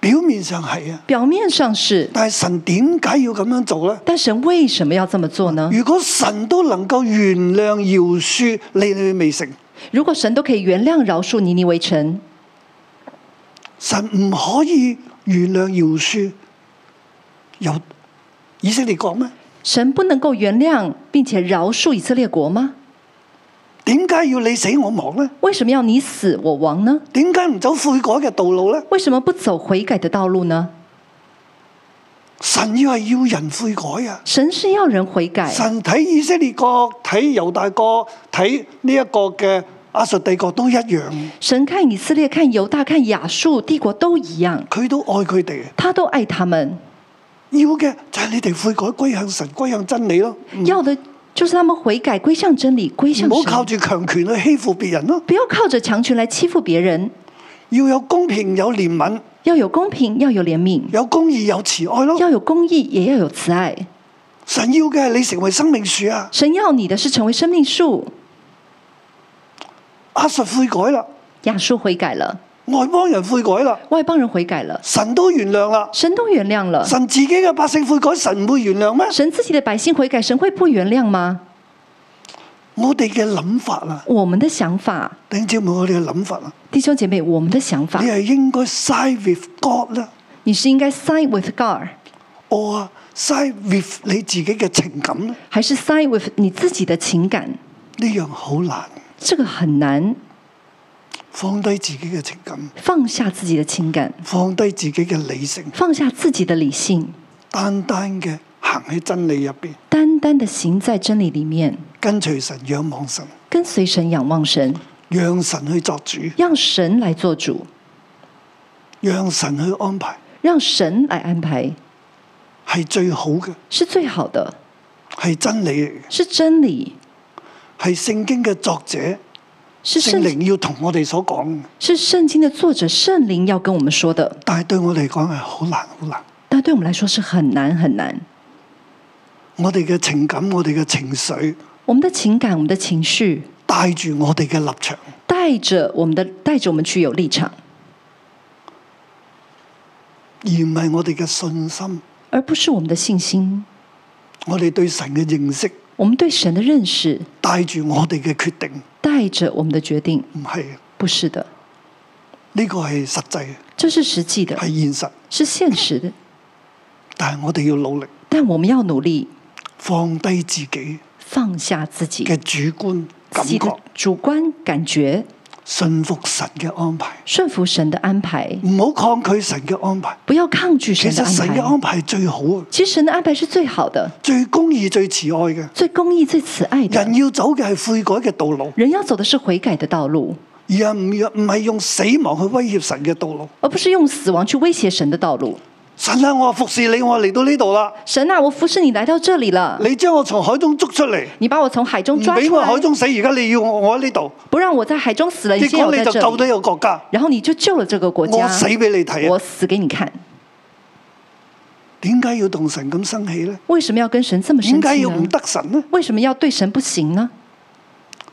Speaker 2: 表面上係啊，
Speaker 3: 表面上是，
Speaker 2: 但係神點解要咁樣做呢？
Speaker 3: 但神为什么要这么做呢？
Speaker 2: 如果神都能夠原諒饒恕你你未成，
Speaker 3: 如果神都可以原谅饶恕尼尼微城，
Speaker 2: 神唔可以原諒饒恕有以色列國咩？
Speaker 3: 神不能够原谅并且饶恕以色列国吗？
Speaker 2: 點解要你死我亡呢？
Speaker 3: 为什么要你死我亡呢？
Speaker 2: 點解唔走悔改嘅道路呢？
Speaker 3: 为什么不走悔改的道路呢？
Speaker 2: 神要係要人悔改啊！
Speaker 3: 神是要人悔改，
Speaker 2: 神睇以色列國、睇猶大國、睇呢一個嘅亞述帝國都一樣，
Speaker 3: 神看以色列、看犹大、看亚述帝国都一样，
Speaker 2: 佢都愛佢哋。
Speaker 3: 他都爱他们，
Speaker 2: 要嘅就係你哋悔改歸向神、歸向真理咯，嗯
Speaker 3: 要的就是他们悔改，归向真理，归向
Speaker 2: 唔好
Speaker 3: 神，
Speaker 2: 靠住強權去欺負別人咯。
Speaker 3: 不要靠着强权来欺负别人，
Speaker 2: 要有公平、有憐憫、
Speaker 3: 要有公平，要有怜悯，
Speaker 2: 有公義、有慈愛咯。
Speaker 3: 要有公义，也要有慈爱。
Speaker 2: 神要嘅係你成為生命樹啊！
Speaker 3: 神要你的是成为生命树。
Speaker 2: 亞述啊悔改啦，
Speaker 3: 亚述悔改了，
Speaker 2: 外邦人悔改啦，
Speaker 3: 外邦人悔改了，
Speaker 2: 神都原諒啦。
Speaker 3: 神都原谅了，
Speaker 2: 神自己嘅百姓悔改，神唔會原諒咩？
Speaker 3: 神自己的百姓悔改，神会不原谅吗？
Speaker 2: 我哋嘅諗法啊，
Speaker 3: 我们的想法，
Speaker 2: 弟兄姊妹，我哋嘅諗法啊，
Speaker 3: 弟兄姐妹，我们的想法
Speaker 2: 你，係應該 side with God 啦
Speaker 3: 你是应该 side with God，
Speaker 2: ，or side with 你自己嘅情感咧？
Speaker 3: 还是 side with 你自己的情感？
Speaker 2: 呢樣好難，
Speaker 3: 这个很难
Speaker 2: 放低自己嘅情感，
Speaker 3: 放下自己的情感，
Speaker 2: 放低自己嘅理性，
Speaker 3: 放下自己的理性，
Speaker 2: 單單嘅行喺真理入邊，
Speaker 3: 单单的行在真理里面，
Speaker 2: 跟隨神，仰望神，
Speaker 3: 跟随神，仰望神，
Speaker 2: 讓神去作主，
Speaker 3: 让神来做主，
Speaker 2: 讓神去安排，
Speaker 3: 让神来安排，
Speaker 2: 係最好嘅，
Speaker 3: 是最好的，
Speaker 2: 係真理嚟嘅，
Speaker 3: 是真理，
Speaker 2: 係聖經嘅作者。
Speaker 3: 是
Speaker 2: 聖
Speaker 3: 圣
Speaker 2: 靈要同我哋所講，
Speaker 3: 是圣经的作者圣灵要跟我们说的，
Speaker 2: 但係對我嚟講係好難好難。
Speaker 3: 但对我们来说是很难很难。
Speaker 2: 我哋嘅情感、我哋嘅情緒
Speaker 3: 我们的情感、我们的情绪，
Speaker 2: 帶住我哋嘅立場，
Speaker 3: 带着我们的带着我们去有立场，
Speaker 2: 而唔係我哋嘅信心。
Speaker 3: 而不是我们的信心。
Speaker 2: 我哋對神嘅認識，
Speaker 3: 我们对神的认识，
Speaker 2: 帶住我哋嘅決定，
Speaker 3: 带着我们的决定，
Speaker 2: 唔係
Speaker 3: 不是的，
Speaker 2: 呢個係實際嘅，
Speaker 3: 这是实际的，
Speaker 2: 係現實。
Speaker 3: 是现实的。
Speaker 2: 但係我哋要努力
Speaker 3: 但我们要努力
Speaker 2: 放低自己
Speaker 3: 放下自己
Speaker 2: 嘅主觀
Speaker 3: 自
Speaker 2: 感
Speaker 3: 己的
Speaker 2: 覺，
Speaker 3: 主观感觉，
Speaker 2: 信服神嘅安排，
Speaker 3: 顺服神的安排，
Speaker 2: 唔好抗拒神嘅安排。
Speaker 3: 不要抗拒
Speaker 2: 嗯其
Speaker 3: 神的
Speaker 2: 實神嘅
Speaker 3: 安排
Speaker 2: 安。排係最好嘅，
Speaker 3: 其实神的安排是最好的，
Speaker 2: 最公義、最慈愛嘅。
Speaker 3: 最公义、最慈爱的。
Speaker 2: 人要走嘅係悔改嘅道路。
Speaker 3: 人要走的是悔改的道路，
Speaker 2: 而係唔唔係用死亡去威脅神嘅道路。
Speaker 3: 而不是用死亡去威胁神的道路。
Speaker 2: 神啊，我服侍你，我嚟到呢度啦，
Speaker 3: 神啊，我服侍你来到这里了，
Speaker 2: 你將我從海中捉出嚟，
Speaker 3: 你把我从海中
Speaker 2: 唔
Speaker 3: 啊抓
Speaker 2: 俾
Speaker 3: 出
Speaker 2: 我
Speaker 3: 来，
Speaker 2: 海中死，而家你要我我喺呢度，
Speaker 3: 不让我在海中死了，你
Speaker 2: 結
Speaker 3: 先要
Speaker 2: 果
Speaker 3: 在
Speaker 2: 你就
Speaker 3: 这
Speaker 2: 救咗
Speaker 3: 里，
Speaker 2: 一個國家，
Speaker 3: 然后你就救了这个国家，
Speaker 2: 我死俾你睇
Speaker 3: 我
Speaker 2: 啊！
Speaker 3: 死给你看。
Speaker 2: 點解要同神咁生氣呢？
Speaker 3: 为什么要跟神这啊么生
Speaker 2: 點解
Speaker 3: 气
Speaker 2: 要唔
Speaker 3: 呢？
Speaker 2: 得神呢？
Speaker 3: 为什么要对神不行呢？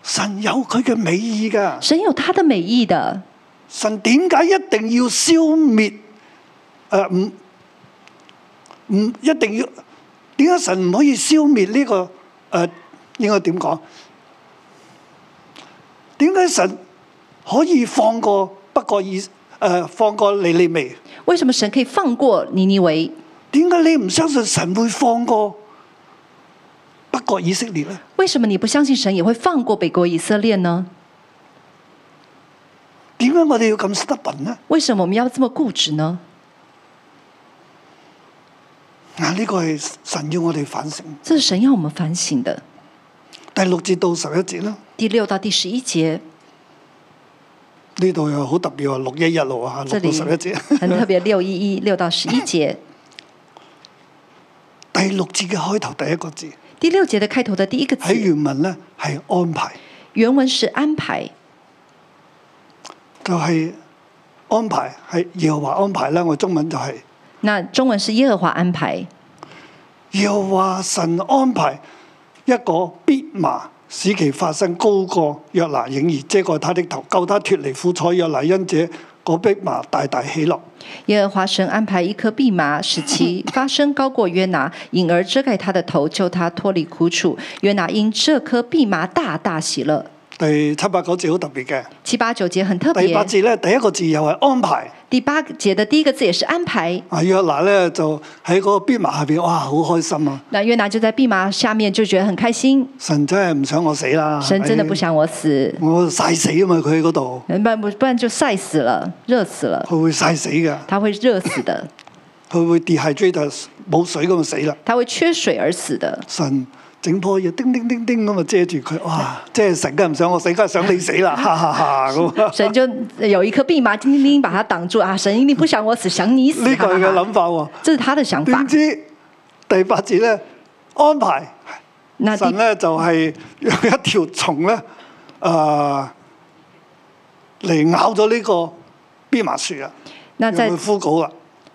Speaker 2: 神有佢嘅美意㗎，
Speaker 3: 神有他的美意的，
Speaker 2: 神點解一定要消滅？誒唔唔一定要？點解神唔可以消滅呢、個誒、呃？應該點講？點解神可以放過不過以誒、呃放過尼利微？
Speaker 3: 为什么神可以放过尼尼微？
Speaker 2: 點解你唔相信神會放過不過以色列咧？
Speaker 3: 为什么你不相信神也会放过北国以色列呢？
Speaker 2: 點解我哋要咁 stubborn 咧？
Speaker 3: 为什么我们要这么固执呢？
Speaker 2: 嗱、啊呢、個係神要我哋反省。
Speaker 3: 这是神要我们反省的。
Speaker 2: 第六節到十一節啦。
Speaker 3: 第六到第十一节，
Speaker 2: 呢度又好特別喎，六一一路啊，
Speaker 3: 这
Speaker 2: 六
Speaker 3: 里
Speaker 2: 到十一節。
Speaker 3: 很特别，六一一六到十一节，
Speaker 2: 第六節嘅開頭第一個字
Speaker 3: 第六节的开头的第一个
Speaker 2: 喺
Speaker 3: 字，
Speaker 2: 原文咧係安排，
Speaker 3: 原文是安排，
Speaker 2: 就係、安排係耶和華安排啦。我中文就係、
Speaker 3: 那中文是耶和华安排，
Speaker 2: 耶和華神安排一個必麻，使其發生高過約拿影兒遮蓋他的頭，救他脱離苦楚。約拿因這個必麻大大喜樂。
Speaker 3: 耶和华神安排一颗蓖麻，使其发声高过约拿，因而遮盖他的头，救他脱离苦楚。约拿因这颗蓖麻大大喜乐。
Speaker 2: 第七八九節好特別嘅，
Speaker 3: 七八九节很特
Speaker 2: 第
Speaker 3: 别
Speaker 2: 哎八，節咧第一個字又係安排。
Speaker 3: 第八节的第一个字也是安排。
Speaker 2: 啊約拿咧就喺嗰個必麻下邊，哇好開心啊！
Speaker 3: 那约拿就在蓖麻下面就觉得很开心，
Speaker 2: 神真係唔想我死啦，
Speaker 3: 神真的
Speaker 2: 係咪
Speaker 3: 不想我死，
Speaker 2: 我晒死啊嘛！佢喺嗰度，
Speaker 3: 不然不不然就晒死了，热死了，
Speaker 2: 佢會晒死㗎，
Speaker 3: 他会热死的，
Speaker 2: 佢會 dehydrate 冇水咁就死啦。
Speaker 3: 他会缺水而死的。
Speaker 2: 神整棵嘢叮叮叮叮咁啊遮住佢，哇！即係神梗係唔想我死，梗係想你死
Speaker 3: [laughs]
Speaker 2: 啦，哈哈哈咁啊。
Speaker 3: 神就有一颗蓖麻，叮叮叮把它挡住啊！神一定不想我死，想你死。
Speaker 2: 呢個係佢
Speaker 3: 哈哈
Speaker 2: 嘅諗法喎。
Speaker 3: 这是他的想法
Speaker 2: 點。知第八節咧安排
Speaker 3: 那第
Speaker 2: 神咧就係用一條蟲咧，誒嚟咬咗呢個蓖麻樹啊，
Speaker 3: 那在
Speaker 2: 用佢枯槁啦。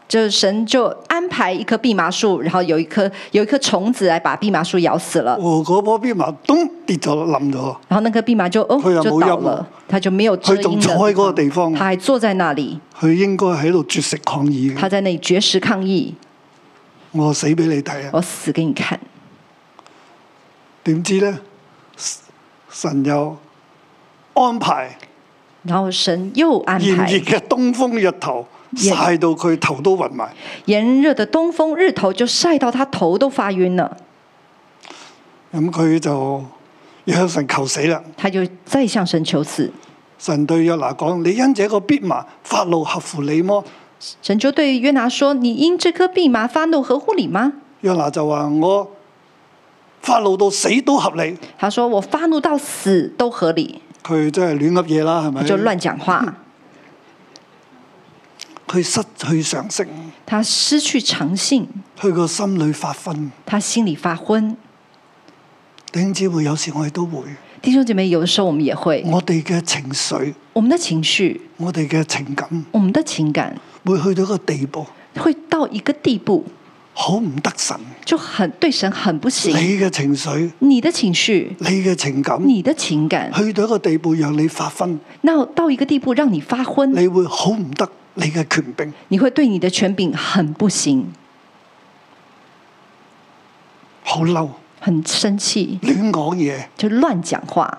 Speaker 3: 就是神就安排一棵蓖麻树，然后有一棵有一棵虫子来把蓖麻树咬死了。
Speaker 2: 哦，嗰棵蓖麻咚跌咗冧咗，
Speaker 3: 然后那颗蓖麻就哦
Speaker 2: 佢又
Speaker 3: 就
Speaker 2: 冇
Speaker 3: 倒
Speaker 2: 陰
Speaker 3: 了
Speaker 2: 喎，
Speaker 3: 他就没有遮
Speaker 2: 佢
Speaker 3: 阴
Speaker 2: 仲
Speaker 3: 的
Speaker 2: 坐喺嗰個地方，
Speaker 3: 他还坐在那里，
Speaker 2: 佢應該喺度絕食抗議嘅。
Speaker 3: 他在那里绝食抗议，
Speaker 2: 我死俾你睇啊！
Speaker 3: 我死给你看。
Speaker 2: 點知咧，神神又安排
Speaker 3: 然后神又安
Speaker 2: 炎熱
Speaker 3: 排
Speaker 2: 嘅東風日頭
Speaker 3: 炎
Speaker 2: 曬到佢頭都暈埋。
Speaker 3: 炎热的东风，日头就晒到他头都发晕了，
Speaker 2: 咁佢就要向神求死啦。
Speaker 3: 他就再向神求死。
Speaker 2: 神對約拿講：你因這個必麻發怒合乎你麼？
Speaker 3: 神就对约拿说：“你因这颗蓖麻发怒合乎理吗
Speaker 2: 約拿就話：我發怒到死都合理。？”
Speaker 3: 他说：“我发怒到死都合理。
Speaker 2: 佢真係亂噏嘢啦，係”咪
Speaker 3: 他？就乱讲话，
Speaker 2: 佢失去常識，
Speaker 3: 他失去常性，
Speaker 2: 佢個心裏發昏。
Speaker 3: 他心里发昏。
Speaker 2: 弟兄姊妹，有時我哋都會，
Speaker 3: 弟兄姐妹，有的时候我们也会，
Speaker 2: 我哋嘅情緒、
Speaker 3: 我们的情绪、
Speaker 2: 我哋嘅情感，
Speaker 3: 我们的情感
Speaker 2: 會去到一個地步，
Speaker 3: 会到一个地步，
Speaker 2: 好唔得神。
Speaker 3: 就很对神很不
Speaker 2: 你
Speaker 3: 行。
Speaker 2: 嘅情緒、
Speaker 3: 你的情绪、
Speaker 2: 你嘅情感，
Speaker 3: 你的情感，
Speaker 2: 去到一個地步，讓你發昏，
Speaker 3: 那到一个地步让你发昏，
Speaker 2: 你會好唔得你嘅權柄。
Speaker 3: 你会对你的权柄很不行，
Speaker 2: 好嬲，
Speaker 3: 很生气，
Speaker 2: 亂講嘢，
Speaker 3: 就乱讲话。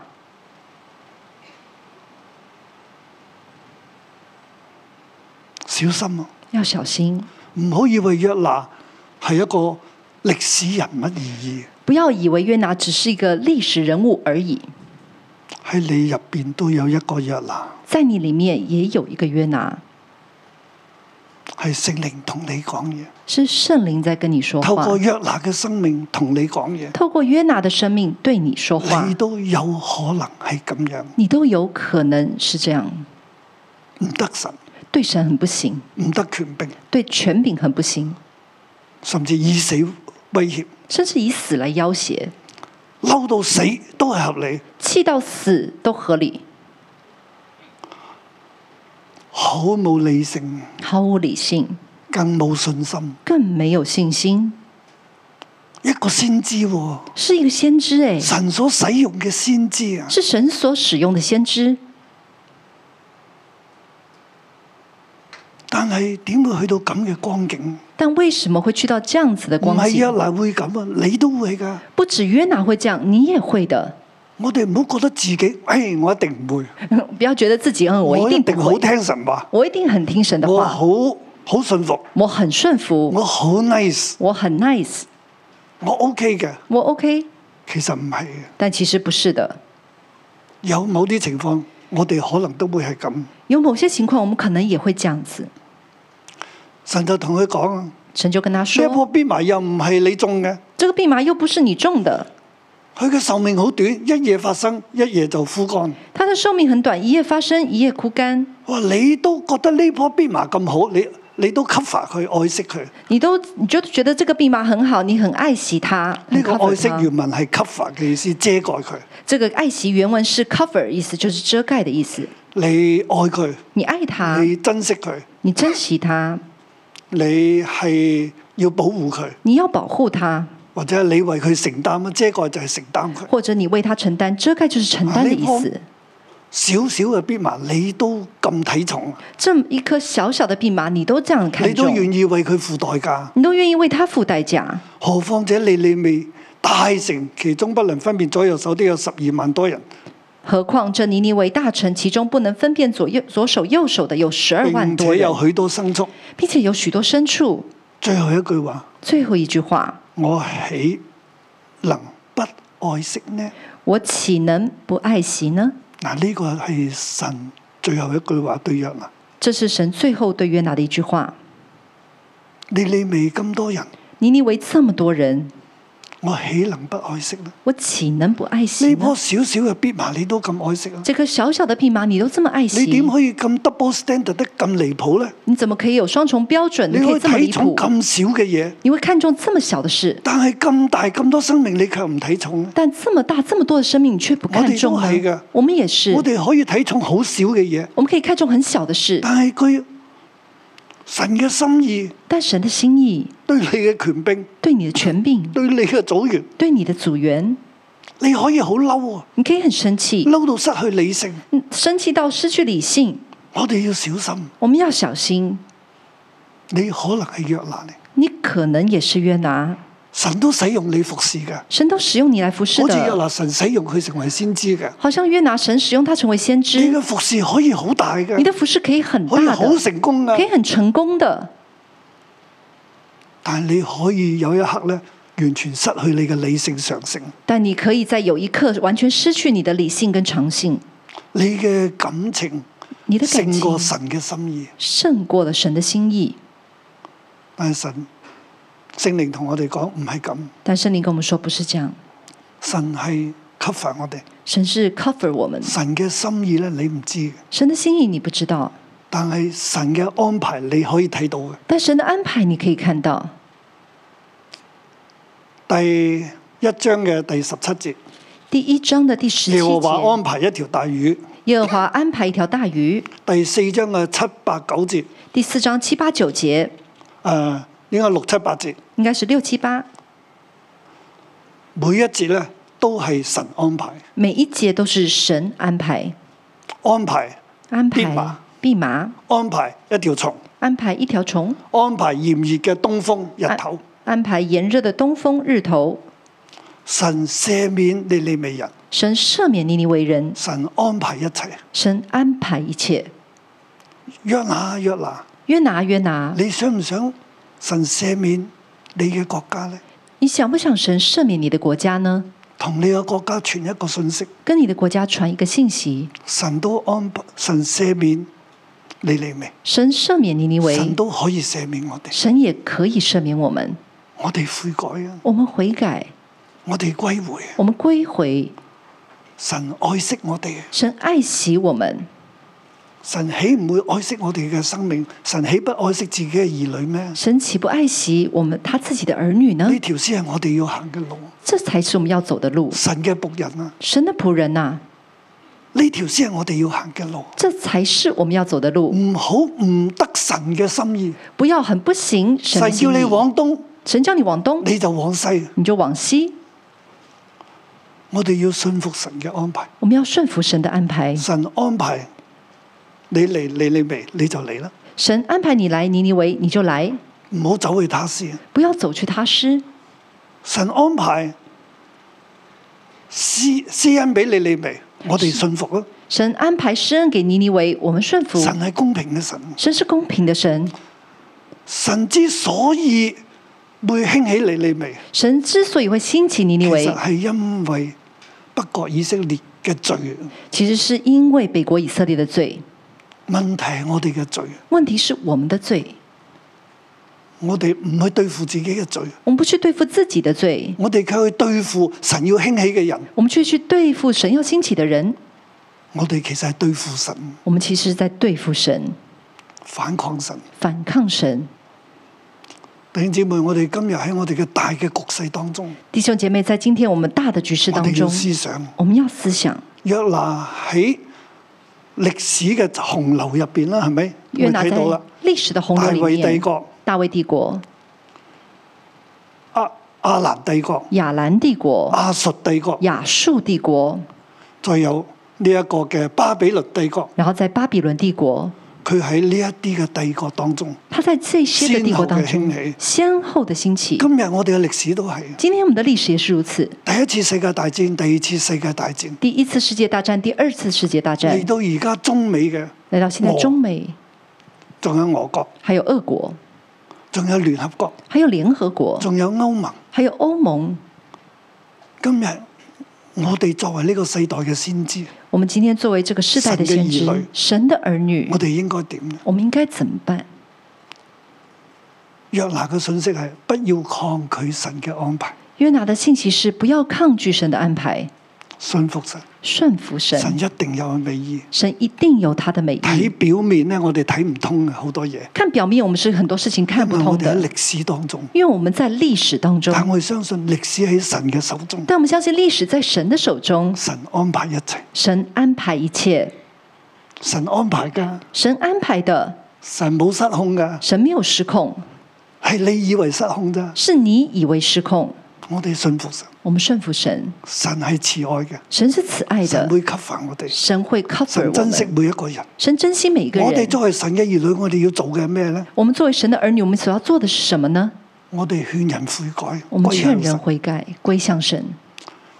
Speaker 2: 小心啊！
Speaker 3: 要小心，
Speaker 2: 唔好以為約拿係一個歷史人物而已，
Speaker 3: 不要以为约拿只是一个历史人物而已，
Speaker 2: 喺你入邊都有一個約拿，
Speaker 3: 在你里面也有一个约拿，
Speaker 2: 係聖靈同你講嘢，
Speaker 3: 是圣灵在跟你说
Speaker 2: 透
Speaker 3: 话，
Speaker 2: 過約拿嘅生命同你講嘢，
Speaker 3: 透过约拿的生命对你说话
Speaker 2: 你，都有可能係咁樣，
Speaker 3: 你都有可能是这样，
Speaker 2: 唔得神，
Speaker 3: 对神很不行，
Speaker 2: 唔得權柄，
Speaker 3: 对权柄很不行，
Speaker 2: 甚至以死威脅，
Speaker 3: 甚至以死来要挟，
Speaker 2: 嬲到死都係合理，
Speaker 3: 气到死都合理，
Speaker 2: 好冇理性，
Speaker 3: 毫无理性，
Speaker 2: 更冇信心。
Speaker 3: 更没有信心，
Speaker 2: 一個先知、喎，
Speaker 3: 是一个先知哎、
Speaker 2: 神所使用嘅先知啊，
Speaker 3: 是神所使用的先知，
Speaker 2: 但係點會去到咁嘅光景？
Speaker 3: 但为什么会去到这样子的
Speaker 2: 唔
Speaker 3: 光
Speaker 2: 係
Speaker 3: 景
Speaker 2: 約？拿會咁啊，你都會㗎。
Speaker 3: 不止约拿会这样，你也会的。 [laughs]
Speaker 2: 我哋唔好覺得自己，哎，我一定唔會，
Speaker 3: 不要觉得自己嗯，我
Speaker 2: 我
Speaker 3: 一定不
Speaker 2: 好
Speaker 3: 会，
Speaker 2: 聽神話，
Speaker 3: 我一定很听神的
Speaker 2: 我
Speaker 3: 话，
Speaker 2: 好好信服，
Speaker 3: 我很顺服，
Speaker 2: 我好 nice，
Speaker 3: 我很 nice，
Speaker 2: 我 OK 嘅。
Speaker 3: 我 OK。
Speaker 2: 其實唔係嘅，
Speaker 3: 但其实不是的，
Speaker 2: 有某啲情況，我哋可能都會係咁。
Speaker 3: 有某些情况我们可能也会这样子。
Speaker 2: 神就同佢講啊，呢
Speaker 3: 神就跟他
Speaker 2: 一棵
Speaker 3: 说
Speaker 2: 蓖麻又唔係你種嘅，：“
Speaker 3: 这个蓖麻又不是你种的，
Speaker 2: 佢嘅壽命好短，一夜發生，一夜就枯乾。
Speaker 3: 它的寿命很短，一夜发生，一夜枯干。
Speaker 2: 哇！你都覺得呢棵蓖麻咁好，你你都 cover 佢，愛惜佢。
Speaker 3: 你都你就觉得这个蓖麻很好，你很爱惜它，
Speaker 2: 呢
Speaker 3: 很
Speaker 2: 個
Speaker 3: cover
Speaker 2: 愛惜
Speaker 3: 它
Speaker 2: 原文係 cover 嘅意思，遮蓋佢。
Speaker 3: 这个爱惜原文是 cover，意思就是遮盖的意思。
Speaker 2: 你愛佢，
Speaker 3: 你爱它，
Speaker 2: 你珍惜佢。
Speaker 3: 你珍惜它，
Speaker 2: 你係要保護佢，
Speaker 3: 你要保护它，
Speaker 2: 或者你為佢承擔遮蓋就係承擔佢。
Speaker 3: 或者你为它承担，遮盖就是承担的意思。
Speaker 2: 少少嘅蓖麻，你都咁睇重，啊
Speaker 3: 这么一颗小小的蓖麻，你都这样
Speaker 2: 你
Speaker 3: 看
Speaker 2: 都
Speaker 3: 重，
Speaker 2: 願意為佢付代價，
Speaker 3: 你都愿意为它付代价，
Speaker 2: 何況者你你未大成，其中不能分辨左右手都有十二萬多人，
Speaker 3: 何况这尼尼为大臣，其中不能分辨左右左手右手的有十二万
Speaker 2: 並
Speaker 3: 多人
Speaker 2: 且有，許多牲畜。
Speaker 3: 并且有许多牲畜。
Speaker 2: 最後一句話：
Speaker 3: 最后一句话，
Speaker 2: 我豈能不愛惜呢？
Speaker 3: 我岂能不爱惜呢？
Speaker 2: 嗱，呢個係神最後一句話對約拿。
Speaker 3: 这是神最后对约拿的一句话。
Speaker 2: 你你未咁多人，
Speaker 3: 尼尼为这么多人，
Speaker 2: 我豈能不愛惜呢？
Speaker 3: 我岂能不爱惜
Speaker 2: 呢
Speaker 3: 呢
Speaker 2: 棵？小小嘅蓖麻你都咁愛惜啊！
Speaker 3: 这颗小小的蓖麻，你都这么爱惜
Speaker 2: 你，點可以咁 double standard 得咁離譜咧？
Speaker 3: 你怎么可以有双重标准？
Speaker 2: 你
Speaker 3: 你可
Speaker 2: 可以
Speaker 3: 以这么
Speaker 2: 睇
Speaker 3: 离
Speaker 2: 重
Speaker 3: 谱，
Speaker 2: 咁少嘅嘢，
Speaker 3: 你会看重这么小的事，
Speaker 2: 但係咁大咁多生命你卻唔睇重咧。
Speaker 3: 但这么大这么多的生命，你却不看重
Speaker 2: 我
Speaker 3: 呢
Speaker 2: 哋都係㗎？
Speaker 3: 我们也是，
Speaker 2: 我哋可以睇重好少嘅嘢，
Speaker 3: 我们可以看重很小的事，
Speaker 2: 但係佢神嘅心意
Speaker 3: 但神的心意
Speaker 2: 對你嘅權柄、
Speaker 3: 对你的权柄、
Speaker 2: 對你嘅組員，
Speaker 3: 对你的组员，
Speaker 2: 你可以好嬲啊，
Speaker 3: 你可以很生气，
Speaker 2: 嬲到失去理性，
Speaker 3: 嗯生气到失去理性，
Speaker 2: 我哋要小心。
Speaker 3: 我们要小心。
Speaker 2: 你可能係弱難嚟，
Speaker 3: 你可能也是约拿，
Speaker 2: 神都使用你服侍嘅，
Speaker 3: 神都使用你来服侍
Speaker 2: 好似約
Speaker 3: 的，
Speaker 2: 拿神使用佢成為先知嘅。
Speaker 3: 好像约拿神使用他成为先
Speaker 2: 你
Speaker 3: 知，
Speaker 2: 嘅服侍可以好大
Speaker 3: 你
Speaker 2: 嘅，
Speaker 3: 的服侍可以很
Speaker 2: 可以
Speaker 3: 大
Speaker 2: 好
Speaker 3: 的，
Speaker 2: 成功
Speaker 3: [laughs]
Speaker 2: 啊
Speaker 3: 可以
Speaker 2: 嘅，
Speaker 3: 很成功的，
Speaker 2: 但係你可以有一刻咧，完全失去你嘅理性常性，
Speaker 3: 但你可以在有一刻完全失去你的理性跟常性，
Speaker 2: 你嘅感情
Speaker 3: 你的感
Speaker 2: 勝過
Speaker 3: 情
Speaker 2: 神嘅心意。
Speaker 3: 胜过了神的心意。
Speaker 2: 但係神聖靈同我哋講唔係咁，
Speaker 3: 但圣灵跟我们说不是这样，
Speaker 2: 神係 cover 我哋，
Speaker 3: 神是 cover 我们，
Speaker 2: 神嘅心意咧你唔知嘅，
Speaker 3: 神的心意你不知道，
Speaker 2: 但係神嘅安排你可以睇到嘅。
Speaker 3: 但神的安排你可以看到。
Speaker 2: 第一章嘅第十七節，
Speaker 3: 第一章的第十七
Speaker 2: 耶和哦華
Speaker 3: 节，
Speaker 2: 安排一條大魚。
Speaker 3: 耶和华安排一条大鱼。
Speaker 2: 第四章嘅七八九節，誒、
Speaker 3: 第四章七八九节，
Speaker 2: 呃、應該六七八節，
Speaker 3: 应该是六七八，
Speaker 2: 每一節咧都係神安排，
Speaker 3: 每一节都是神安排，
Speaker 2: 安排
Speaker 3: 安
Speaker 2: 蓖
Speaker 3: 排
Speaker 2: 麻
Speaker 3: 蓖麻，
Speaker 2: 安排一條蟲，
Speaker 3: 安排一条虫，
Speaker 2: 安排炎熱嘅東風日頭，
Speaker 3: 安排炎热的东风日头。
Speaker 2: 神赦免你利未人，
Speaker 3: 神赦免尼尼为人，
Speaker 2: 神安排一切。
Speaker 3: 神安排一切。
Speaker 2: 約拿約拿，
Speaker 3: 约拿，约拿，
Speaker 2: 你想唔想神赦免你嘅國家呢？
Speaker 3: 你想不想神赦免你的国家呢？
Speaker 2: 同你嘅國家傳一個信息，
Speaker 3: 跟你的国家传一个信息：
Speaker 2: 神都安排，神赦免你利未，
Speaker 3: 神赦免尼尼
Speaker 2: 神
Speaker 3: 为，
Speaker 2: 都可以赦免我哋，
Speaker 3: 神也可以赦免我们。
Speaker 2: 我哋悔改啊，
Speaker 3: 我们悔改，
Speaker 2: 我哋歸回啊。
Speaker 3: 我们归回，
Speaker 2: 神愛惜我哋，啊
Speaker 3: 神爱惜我们。
Speaker 2: 神岂唔會愛惜我哋嘅生命？神岂不愛惜自己嘅兒女咩？呢
Speaker 3: 神岂不愛惜我们他自己的儿女呢？
Speaker 2: 條先係我哋要行嘅路，
Speaker 3: 这才是我们要走的路。
Speaker 2: 神嘅仆人啊，
Speaker 3: 神的仆人呐、
Speaker 2: 呢條先係我哋要行嘅路，
Speaker 3: 这才是我们要走的路。
Speaker 2: 唔好唔得神嘅心意。
Speaker 3: 不要很不行，神的
Speaker 2: 神叫
Speaker 3: 心
Speaker 2: 你
Speaker 3: 意
Speaker 2: 往東，
Speaker 3: 神叫你往东，
Speaker 2: 你就往西。
Speaker 3: 你就往西。
Speaker 2: 我哋要信服神嘅安排，
Speaker 3: 我们要顺服神的安排。
Speaker 2: 神安排你嚟，你你未，你就嚟啦，
Speaker 3: 神安排你来尼尼维，你就来，
Speaker 2: 唔好走去他先。
Speaker 3: 不要走去他施。
Speaker 2: 神安排施施恩俾你，你未，我哋信服啦。
Speaker 3: 神安排施恩给尼尼维，我们顺服。
Speaker 2: 神係公平嘅神。
Speaker 3: 神是公平的神，
Speaker 2: 神之所以會興起尼利微，
Speaker 3: 神之所以会兴起尼
Speaker 2: 其
Speaker 3: 尼维
Speaker 2: 實，係因為北國以色列嘅罪。
Speaker 3: 其实是因为北国以色列的罪。
Speaker 2: 問題係我哋嘅罪，
Speaker 3: 问题是我们的罪，
Speaker 2: 我哋唔去對付自己嘅罪，
Speaker 3: 我们不去对付自己的罪，
Speaker 2: 我哋卻去對付神要興起嘅人。
Speaker 3: 我们却去对付神要兴起的人。
Speaker 2: 我哋其實係對付神，
Speaker 3: 我们其实是在对付神，
Speaker 2: 反抗神。
Speaker 3: 反抗神。
Speaker 2: 弟兄姊妹，我哋今日喺我哋嘅大嘅局勢當中，
Speaker 3: 弟兄姐妹，在今天我们大的局势
Speaker 2: 我
Speaker 3: 当
Speaker 2: 哋要
Speaker 3: 中，
Speaker 2: 思想
Speaker 3: 我們要思想
Speaker 2: 約拿喺歷史嘅洪流入邊啦，係咪？
Speaker 3: 约
Speaker 2: 我
Speaker 3: 拿
Speaker 2: 哋睇
Speaker 3: 在
Speaker 2: 到啦，
Speaker 3: 历史的洪
Speaker 2: 大
Speaker 3: 流里
Speaker 2: 衛帝
Speaker 3: 面，
Speaker 2: 國、
Speaker 3: 大卫帝国、
Speaker 2: 阿阿啊蘭帝國、
Speaker 3: 亚兰帝国、
Speaker 2: 阿述帝國。
Speaker 3: 亚述帝國，
Speaker 2: 再有呢一個嘅巴比倫帝國，
Speaker 3: 然后在巴比伦帝国，
Speaker 2: 佢喺呢一啲嘅帝國當中，
Speaker 3: 他在这些的帝国当
Speaker 2: 先後
Speaker 3: 中
Speaker 2: 的興起
Speaker 3: 先后的兴起。
Speaker 2: 今日我哋嘅歷史都係
Speaker 3: 今天我们的历史也是如此。
Speaker 2: 第一次世界大戰、第二次世界大戰，
Speaker 3: 第一次世界大战、第二次世界大战
Speaker 2: 嚟，到而家中美嘅，
Speaker 3: 来到现在
Speaker 2: 俄
Speaker 3: 中美，
Speaker 2: 仲有俄國，
Speaker 3: 还有俄国，
Speaker 2: 仲有聯合國，
Speaker 3: 还有联合国，
Speaker 2: 仲有歐盟。
Speaker 3: 还有欧盟。
Speaker 2: 今日我哋作為呢個世代嘅先知，
Speaker 3: 我们今天作为这个世代的先
Speaker 2: 神的儿
Speaker 3: 知
Speaker 2: 女，
Speaker 3: 神的儿女
Speaker 2: 我，哋應該點呢？
Speaker 3: 我们应该怎么辦？
Speaker 2: 約拿嘅信息係不要抗拒神嘅安排，
Speaker 3: 约拿的信息是不要抗拒神的安排，
Speaker 2: 信服神，
Speaker 3: 顺服神，
Speaker 2: 神一定有美意。
Speaker 3: 神一定有他的美意。
Speaker 2: 睇表面呢，我哋睇唔通嘅好多嘢，
Speaker 3: 看表面，我们是很多事情看
Speaker 2: 因
Speaker 3: 不
Speaker 2: 為我
Speaker 3: 通
Speaker 2: 哋
Speaker 3: 的
Speaker 2: 喺，歷史當中。
Speaker 3: 因为我们在历史当中，
Speaker 2: 但我哋相信歷史喺神嘅手中，
Speaker 3: 但我们相信历史在神的手中，
Speaker 2: 神安排一切，
Speaker 3: 神安排一切，
Speaker 2: 神安排噶，
Speaker 3: 神安排的，
Speaker 2: 神冇失控噶，
Speaker 3: 神没有失控，
Speaker 2: 係你以為失控咋？
Speaker 3: 是你以为失控。
Speaker 2: 我哋信服神，
Speaker 3: 我们顺服神，
Speaker 2: 神係慈愛嘅，
Speaker 3: 神是慈爱
Speaker 2: 神
Speaker 3: 的，
Speaker 2: 會 cover 我哋，
Speaker 3: 神会 cover
Speaker 2: 神
Speaker 3: 我
Speaker 2: 珍惜
Speaker 3: 们，
Speaker 2: 每一個人。
Speaker 3: 神珍惜每一个
Speaker 2: 我哋
Speaker 3: 人。
Speaker 2: 作為神嘅兒女，我哋要做嘅係咩呢？
Speaker 3: 我们作为神的儿女，我们所要做的是什么呢？
Speaker 2: 我哋勸人悔改，
Speaker 3: 我们
Speaker 2: 歸
Speaker 3: 劝
Speaker 2: 向
Speaker 3: 人
Speaker 2: 神；
Speaker 3: 悔改，归向神；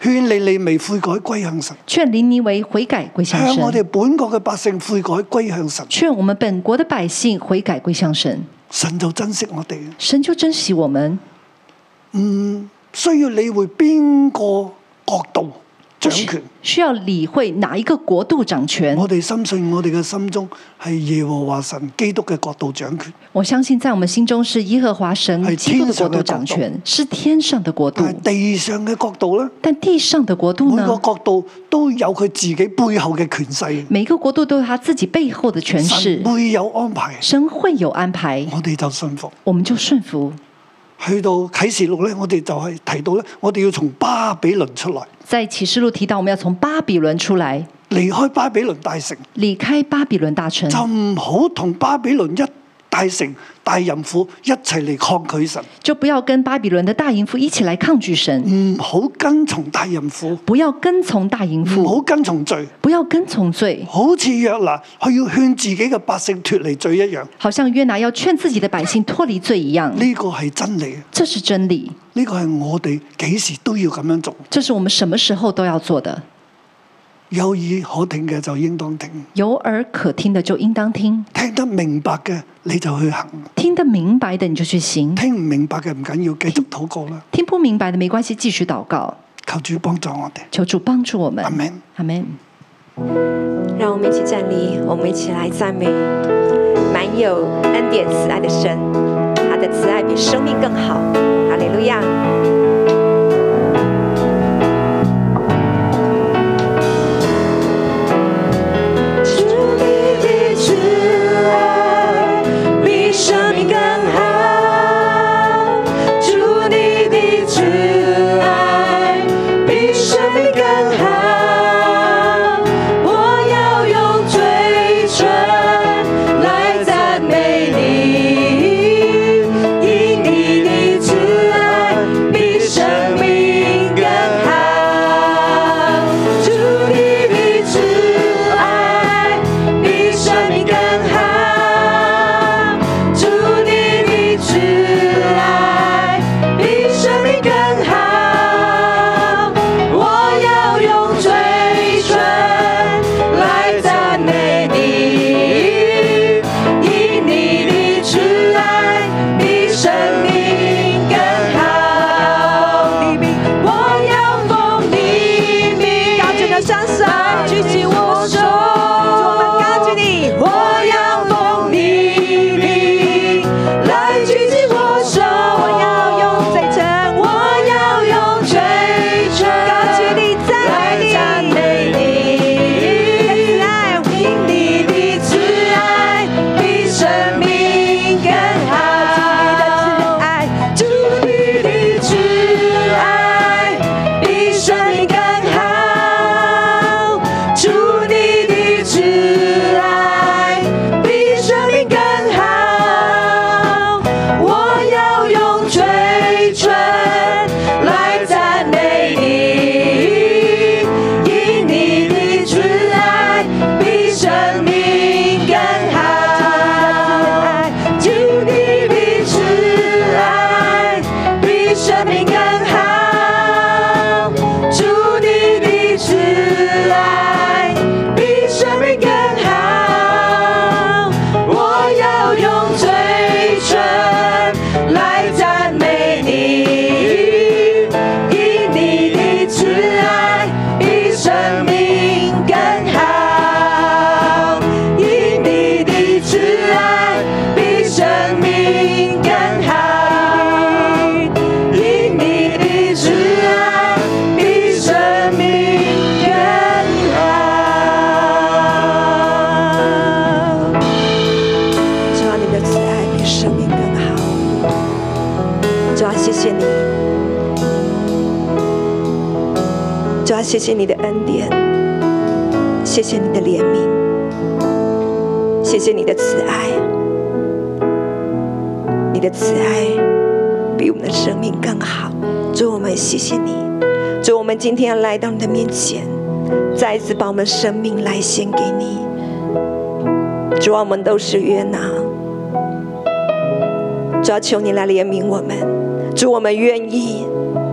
Speaker 2: 勸你你未悔改，歸向神；
Speaker 3: 劝林尼为悔改，归向
Speaker 2: 向我哋
Speaker 3: 神；
Speaker 2: 本國嘅百姓悔改，歸向神。
Speaker 3: 劝我们本国的百姓悔改，归向神。
Speaker 2: 神就珍惜我哋，
Speaker 3: 神就珍惜我们，
Speaker 2: 需要理會邊個國度掌權。
Speaker 3: 需要理会哪一个国度掌权。
Speaker 2: 我哋深信我哋嘅心中係耶和華神基督嘅國度掌權，
Speaker 3: 我相信在我们心中是耶和华神
Speaker 2: 是
Speaker 3: 基督的
Speaker 2: 天
Speaker 3: 国
Speaker 2: 上的
Speaker 3: 度掌权，是天上的国度
Speaker 2: 但。係地上嘅國度呢，
Speaker 3: 但地上的国度
Speaker 2: 每個
Speaker 3: 呢？
Speaker 2: 國度都有佢自己背後嘅權勢，
Speaker 3: 每个國度都有他自己背后的权势
Speaker 2: 神，會有安排，
Speaker 3: 神会有安排，
Speaker 2: 我哋就信服。
Speaker 3: 我们就顺服。
Speaker 2: 去到啟示錄咧，我哋就係提到咧，我哋要從巴比倫出來，
Speaker 3: 在启示录提到，我们要從巴比伦出來，
Speaker 2: 離開巴比倫大城，
Speaker 3: 離開巴比伦大城，
Speaker 2: 就唔好同巴比倫一大城大淫婦一齊嚟抗拒神，
Speaker 3: 就不要跟巴比伦的大淫妇一起来抗拒神，
Speaker 2: 唔好跟從大淫婦，
Speaker 3: 不要跟從大淫
Speaker 2: 唔
Speaker 3: 妇，
Speaker 2: 好跟從罪。
Speaker 3: 不要跟從罪，
Speaker 2: 好似約拿，佢要勸自己嘅百姓脱離罪一樣，
Speaker 3: 好像约拿要勸自己的百姓脱離罪一樣。
Speaker 2: 呢、個係真理，
Speaker 3: 这是真理，
Speaker 2: 呢、個係我哋幾時都要咁樣做。
Speaker 3: 这是我们什么時候都要做的。
Speaker 2: 有耳可聽嘅就應當聽，
Speaker 3: 有耳可聽的就應當聽，
Speaker 2: 聽得明白嘅你就去行，
Speaker 3: 聽得明白的你就去行，
Speaker 2: 聽唔明白嘅唔緊要，繼續禱告啦。
Speaker 3: 聽不明白的没關係，繼續禱告，
Speaker 2: 求主幫助我哋，
Speaker 3: 求主幫助我们
Speaker 2: 阿。明。
Speaker 3: 阿门。
Speaker 4: 让我们一起站立，我们一起来赞美满有恩典慈爱的神，他的慈爱比生命更好。哈利路亚。
Speaker 5: 主你的慈爱比生命更好，主你的慈爱比生命更好，我要用嘴唇来赞美你，因你的慈爱比生命更好，主你的慈爱比生命更好，主你的慈爱比生命更好，我要用嘴唇来赞美你，因你的慈爱比生命更好，我要奉你名。高举你的双手，举起我手，我们高举你，我要奉你名来举起我手，我要用嘴唇，我要用嘴唇高举你，来赞美你，因你的慈爱比生命更好，祝你的慈爱比生命更好，祝你的慈爱比生命更好。我要用嘴唇来赞美你，因你的慈爱比生命更好。祝你的慈爱比生命更好，祝你的慈爱比生命更好。我要用嘴唇来赞美你，因你的慈爱比生命更好，因你的慈爱比生命更好，因你的慈爱比生命更好。
Speaker 4: 主啊，你的慈爱比生命更好。主啊，谢谢你。主啊，谢谢你的恩典，谢谢你的怜悯，谢谢你的慈爱。你的慈爱比我们的生命更好。主，我们谢谢你，主，我们今天要来到你的面前，再一次把我们生命来献给你。主啊，我们都是约拿，主要啊求你来怜悯我们，主，我们愿意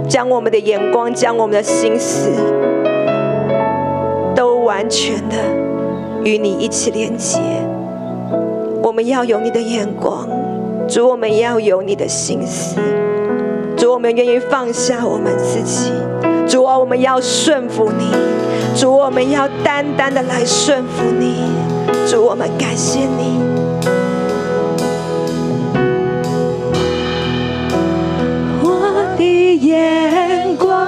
Speaker 4: 将我们的眼光，将我们的心思，都完全的与你一起连接。我们要有你的眼光，主，我们要有你的心思。主，我们愿意放下我们自己。主啊，我们要顺服你。主，我们要单单的来顺服你。主，啊我们感谢你。
Speaker 5: 我的眼光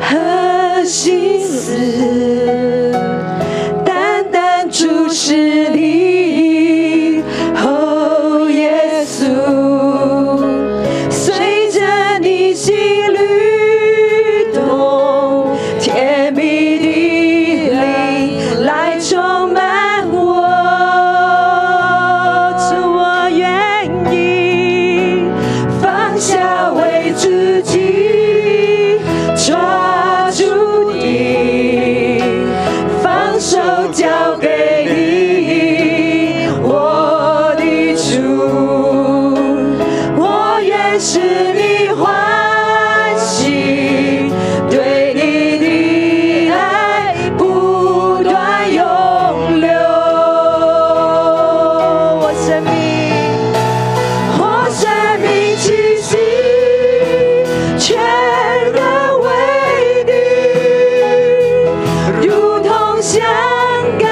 Speaker 5: 和心思，单单注视你。哦，耶稣，随着你心律动，甜蜜的灵来充满我，主我愿意。放下为自己，抓住你，放手交给你，我的主，我愿使你欢喜，对你的爱不断永留，我生命。我生命气息全然为你，如同香膏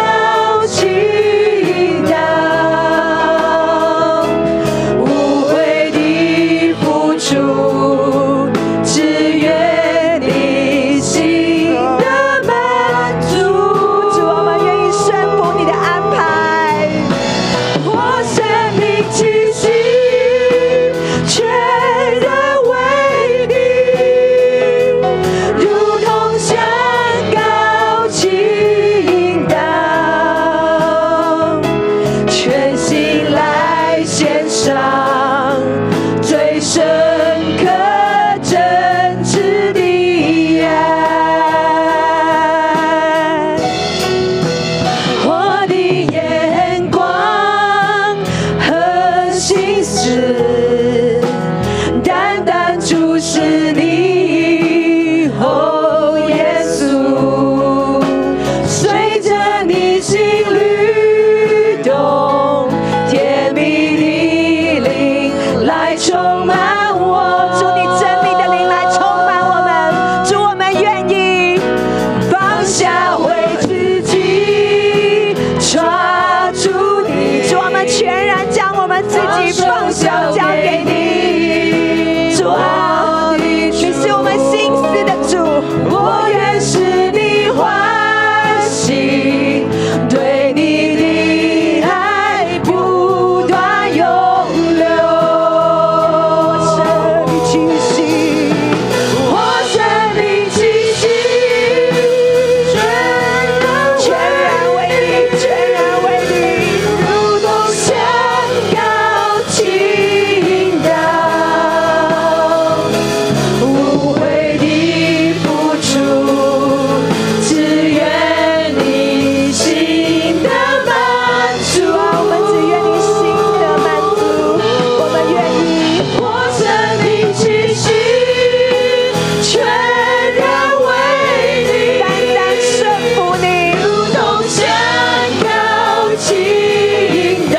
Speaker 5: 倾倒，无悔的付出，只愿你心的满足。主，我们愿意顺服你的安排。我生命气息全然为你，如同香膏倾倒，全心来献上最深刻真挚的爱。我的眼光和心思，单单注视你，哦，耶稣，随着你心律动，甜蜜的灵来充满我，主你真理的灵来充满我们，主我们愿意。放下为自己，抓住你，啊主我们全然将我们自己放手交给你，主啊，你是我们心思的主，我愿使你欢喜，对你的爱不断永留。生命气息，我生命气息，全然为你，全然为你，如同香膏倾倒。无悔的付出，只愿你心的满足。我们只愿你心的满足，我们愿意。我生命气息全然为你，单单顺服你，如同香膏倾倒，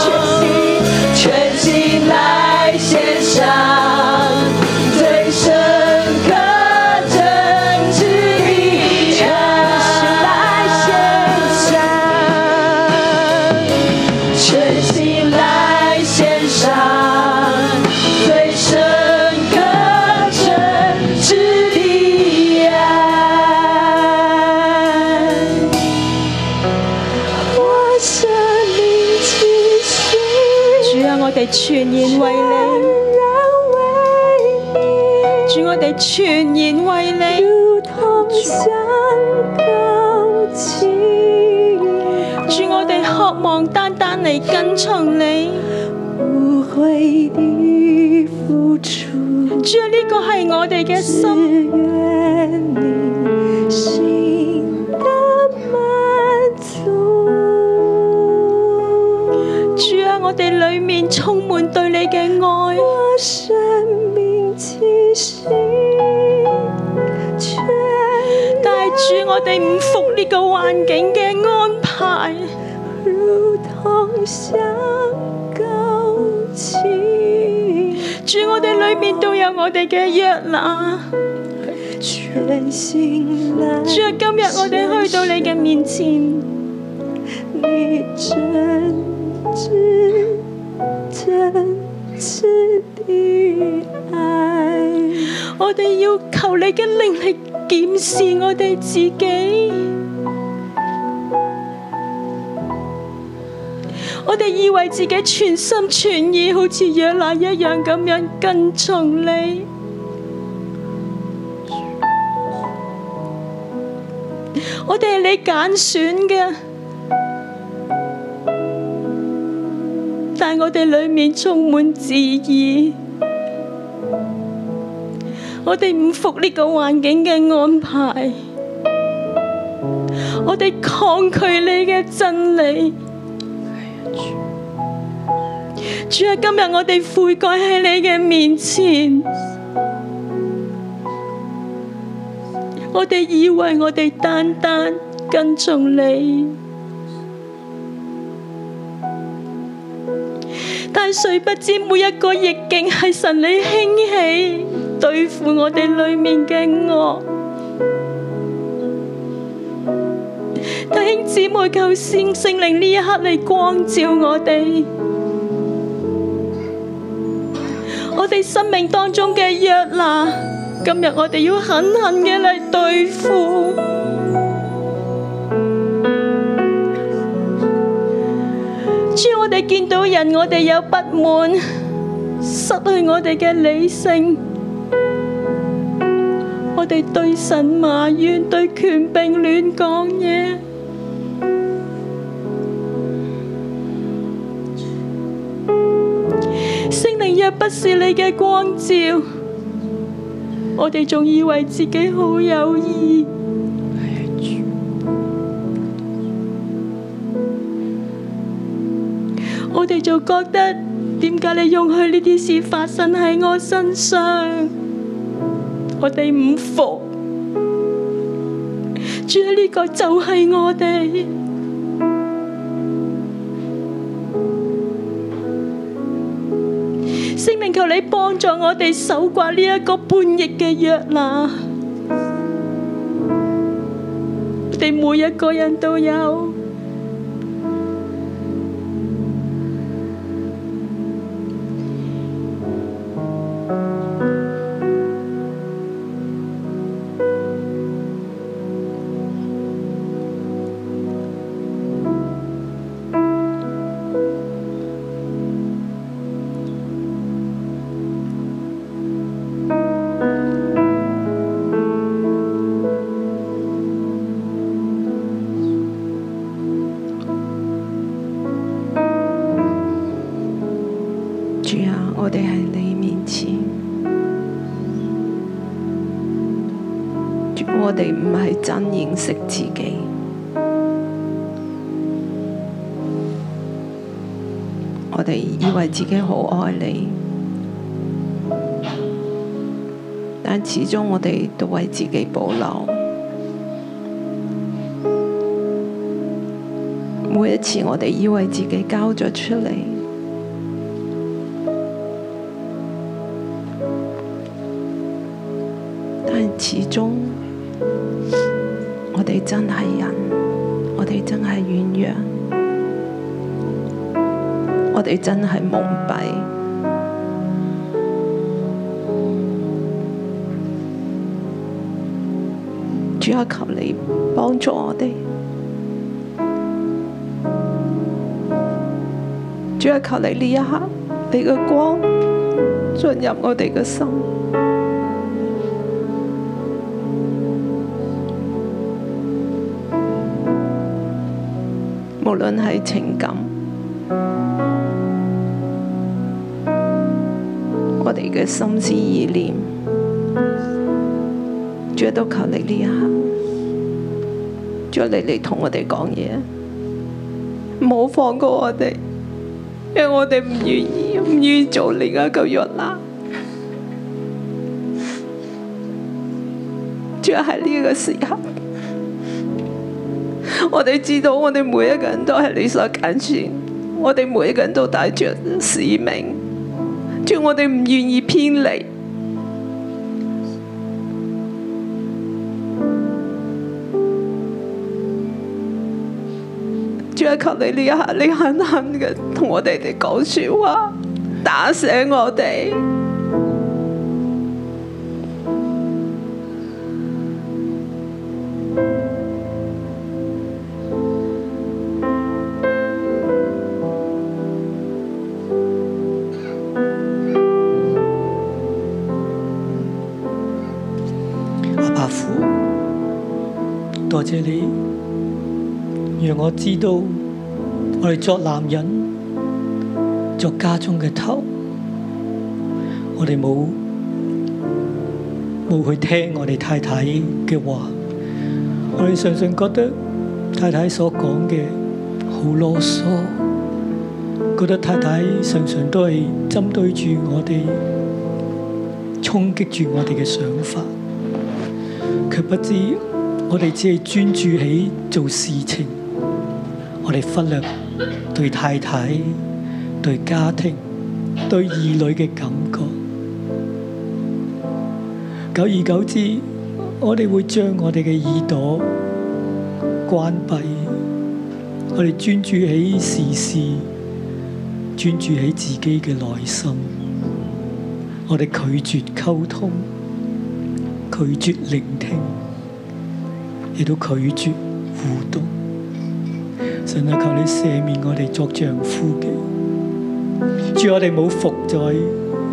Speaker 5: 全心全心来献上最深刻真挚的爱，全心来献上最深刻真挚的爱。我生命气息。
Speaker 6: 主啊，我哋全然为你，主我哋全然为你，主我哋渴望单单嚟跟从你，
Speaker 5: 无悔的付
Speaker 7: 流出
Speaker 6: 主啊，呢个系我哋嘅
Speaker 7: 自
Speaker 6: 心，
Speaker 7: 愿你心的满足，
Speaker 6: 主啊，我哋里面充满对你嘅爱，
Speaker 7: 我生命气息全
Speaker 6: 但系主，我哋唔服呢个环境嘅安排，
Speaker 7: 如同香高起，
Speaker 6: 主，我哋里面都有我哋嘅约拿，
Speaker 7: 全心来
Speaker 6: 主啊，今日我哋去到你嘅面前。
Speaker 7: 你真挚、真挚的爱，
Speaker 6: 我哋要求你嘅灵力检视我哋自己。我哋以为自己全心全意，好似野奶一样咁样跟从你。我哋系你拣选嘅，但我哋里面充满自意。我哋唔服呢個環境嘅安排，我哋抗拒你嘅真理。主啊，今日我哋悔改喺你嘅面前，我哋以為我哋單單跟從你，但誰不知每一個逆境係神你興起對付我哋裏面嘅惡。弟兄姊妹，求聖聖靈呢一刻嚟光照我哋，我哋生命當中嘅約拿，今日我哋要狠狠嘅嚟對付。主，我哋見到人，我哋有不滿，失去我哋嘅理性。我哋對神埋怨，對權柄亂講嘢。聖靈若不是你嘅光照，我哋仲以為自己好有意義。我哋就覺得點解你容許呢啲事發生喺我身上？我哋唔服。主啊，呢、個就係我哋。聖靈求你幫助我哋守掛呢一個叛逆嘅約拿。我哋每一個人都有。
Speaker 7: 主啊，我哋喺你面前，主我哋唔係真認識自己。我哋以為自己好愛你，但始終我哋都為自己保留。每一次我哋以為自己交咗出嚟。但係始終，我哋真係人，我哋真係軟弱，我哋真係蒙蔽。主啊，求你幫助我哋。主啊，求你呢一刻，你嘅光進入我哋嘅心。無論係情感，或哋嘅心思意念。主啊，都求你呢一刻，主啊，你嚟同我哋講嘢，唔好放過我哋，因為我哋唔願意，唔願意做你嘅救約啦。主啊，喺呢個時刻。我哋知道我哋每一個人都係你所揀選，我哋每一個人都帶着使命，主我哋唔願意偏離。主啊，求你呢一刻，你狠狠嘅同我哋哋講說話，打醒我哋。
Speaker 8: 阿伯父，多謝你讓我知道，我哋作男人，作家中嘅頭，我哋冇冇去聽我哋太太嘅話，我哋常常覺得太太所講嘅好囉嗦，覺得太太常常都係針對住我哋，衝擊住我哋嘅想法。卻不知我哋只係專注喺做事情，我哋忽略對太太、對家庭、對兒女嘅感覺。久而久之，我哋會將我哋嘅耳朵關閉，我哋專注喺時事，專注喺自己嘅內心，我哋拒絕溝通。拒絕聆聽，亦都拒絕互動。神啊，求你赦免我哋作丈夫嘅，主我哋冇服在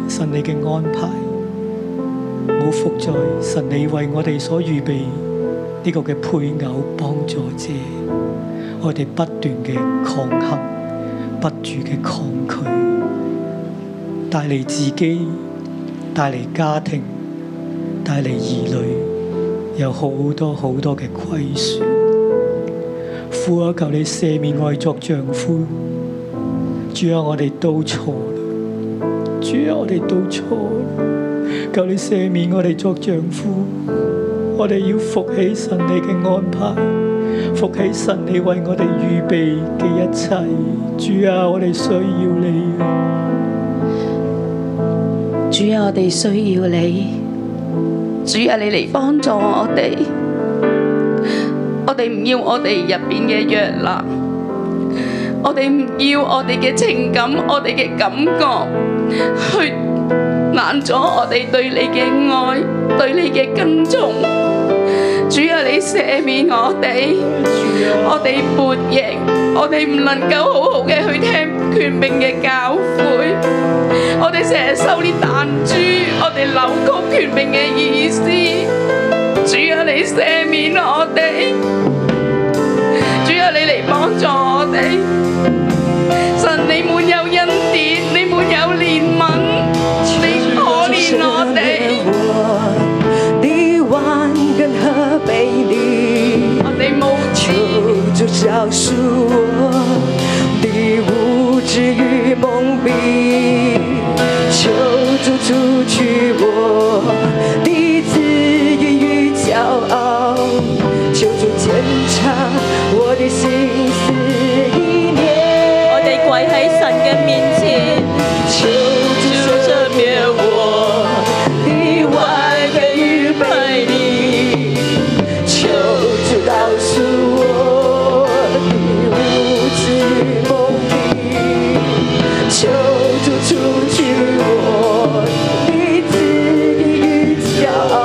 Speaker 8: 神你嘅安排，冇服在神你為我哋所預備呢個嘅配偶幫助者，我哋不斷嘅抗衡，不住嘅抗拒，帶嚟自己，帶嚟家庭。帶嚟兒女有好多好多嘅虧損。父啊，求你赦免我哋作丈夫。主啊，我哋都錯啦。主啊，我哋都錯啦。求你赦免我哋作丈夫。我哋要服起神你嘅安排，服起神你為我哋預備嘅一切。主啊，我哋需要你。
Speaker 9: 主啊，我哋需要你，主啊，你嚟幫助我哋，我哋唔要我哋入邊嘅藥啦，我哋唔要我哋嘅情感，我哋嘅感覺去攔咗我哋對你嘅愛，對你嘅跟從。主啊，你赦免我哋，我哋叛逆，我哋唔能夠好好嘅去聽權柄嘅教該。我哋成日收啲彈珠，我哋扭曲權柄嘅意思。主啊，你赦免我哋，主啊，你嚟幫助我哋。神，你滿有恩典，你滿有憐憫，你可憐我哋。
Speaker 5: 我的碗跟喝杯里，
Speaker 9: 我哋冇
Speaker 5: 求主饶恕我的无知与蒙蔽，求主除去我的自义与骄傲，求主检查我的心思意念。
Speaker 6: 我哋跪喺神嘅面前，
Speaker 5: 求主赦免我的外面与背离，求主饶恕我的无啊啊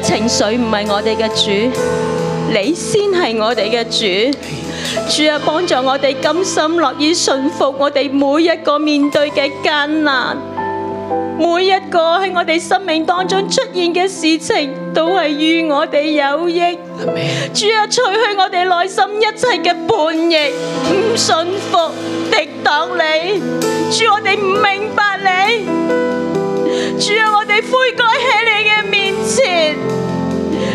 Speaker 10: 情緒唔係我哋嘅主，你先係我哋嘅主。主啊，幫助我哋甘心樂意順服我哋每一個面對嘅艱難，每一個喺我哋生命當中出現嘅事情，都係於我哋有益。主啊，除去我哋內心一切嘅叛逆、唔信服、敵擋你。主，我哋唔明白你。主啊，我哋悔改喺你嘅面前。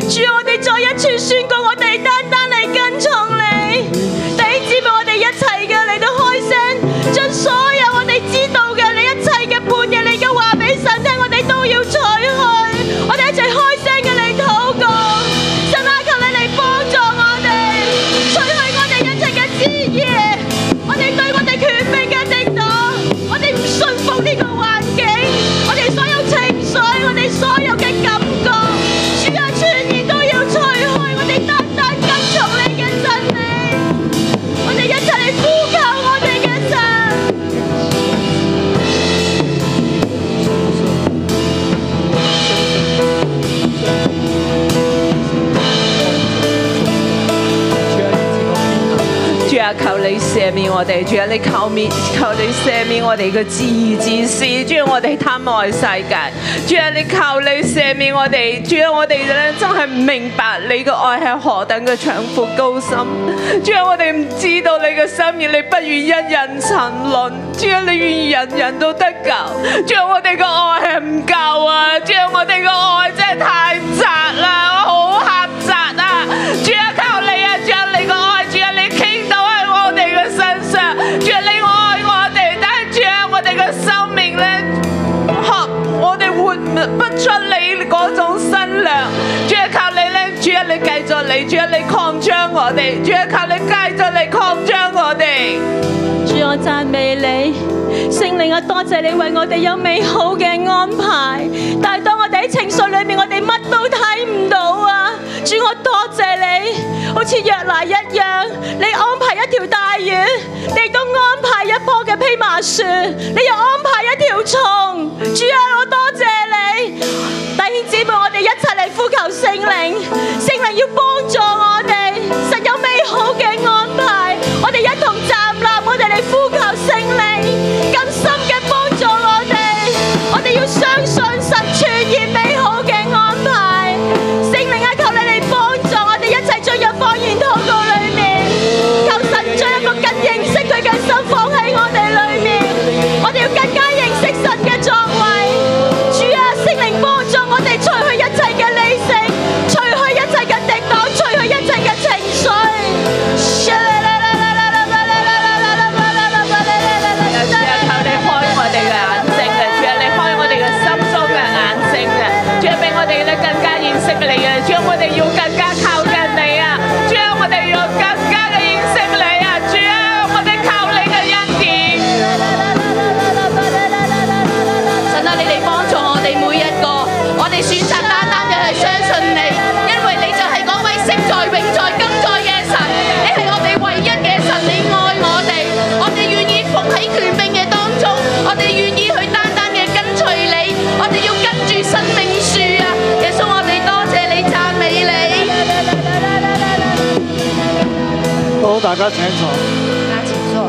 Speaker 10: 主啊，我哋再一次宣告，我哋單單嚟跟從你。弟兄姊妹，我哋一齊嘅，你都開聲，將所有我哋知道嘅，你一切嘅叛逆，你嘅話俾神聽，我哋都要取去。我哋一齊開聲嘅嚟禱告，神啊，求你嚟幫助我哋，除去我哋一切嘅枝意，我哋對我哋權柄嘅敵擋，我哋唔信服呢個環境，我哋所有情緒，我哋所有嘅感覺，主啊，全然都要除去，我哋單單跟從你嘅真理。我哋一齊嚟呼求我哋嘅神。
Speaker 11: 主啊，求你赦免我哋，主啊，你求免，求你赦免我哋嘅自義自私，主啊，我哋貪愛世界，主啊，你求你赦免我哋，主啊，我哋咧真係唔明白你嘅愛係何等嘅長闊高深，主啊，我哋唔知道你嘅心意，你不願一人沉淪，主啊，你願意人人都得救，主啊，我哋嘅愛係唔夠啊，主啊，我哋嘅愛真係太窄啦，我好狹窄啊，主啊，求你啊，主啊，你嘅愛，主啊，你傾到喺我哋嘅身上，主啊，你愛我哋，但係主啊，我哋嘅生命咧，合我哋活唔不出你嗰種新娘，主啊，靠你咧，主啊，你繼續嚟，主啊，你擴張我哋，主啊，靠你繼續嚟擴張我哋。
Speaker 10: 主，我赞美你，圣灵啊，多谢你为我哋有美好嘅安排。但系当我哋喺情绪里面，我哋乜都睇唔到啊！主，我多谢你，好似约拿一样，你安排一条大鱼，你都安排一棵嘅披麻树，你又安排一条虫。主啊，我多谢你，弟兄姊妹，我哋一齐嚟呼求圣灵，圣灵要帮助我哋，神有美好嘅安排，我哋一同站立，我哋嚟呼求圣灵，咁深嘅帮助我哋，我哋要相信神全然美好嘅安排，圣灵啊，求你嚟帮助我哋一齐进入方言祷告里面，求神将一个更认识佢嘅心放喺我哋里面，我哋要更加认识神嘅作为。主啊，圣灵帮助我哋除去一切嘅理性，除去一切嘅敌挡，除去一切嘅情绪。
Speaker 11: 主啊，求你開我哋嘅眼睛啊！主啊，你開我哋嘅心中嘅眼睛啊！主啊，俾我哋咧更加認識你啊！主啊，我哋要更加靠近你啊！主啊，我哋要更加嘅認識你啊！主啊，我哋靠你嘅恩典。
Speaker 12: 神啊，你嚟幫助我哋每一個，我哋選擇單單嘅係相信你，因為你就係嗰位昔在、永在、更在嘅神，你係我哋唯一嘅神，你愛我哋，我哋願意服喺權柄嘅當中，我哋願意去單單嘅跟隨你，我哋要跟住生命樹啊！耶穌，我哋多謝你，讚美你。
Speaker 2: 好，大家請坐。
Speaker 3: 大家请坐。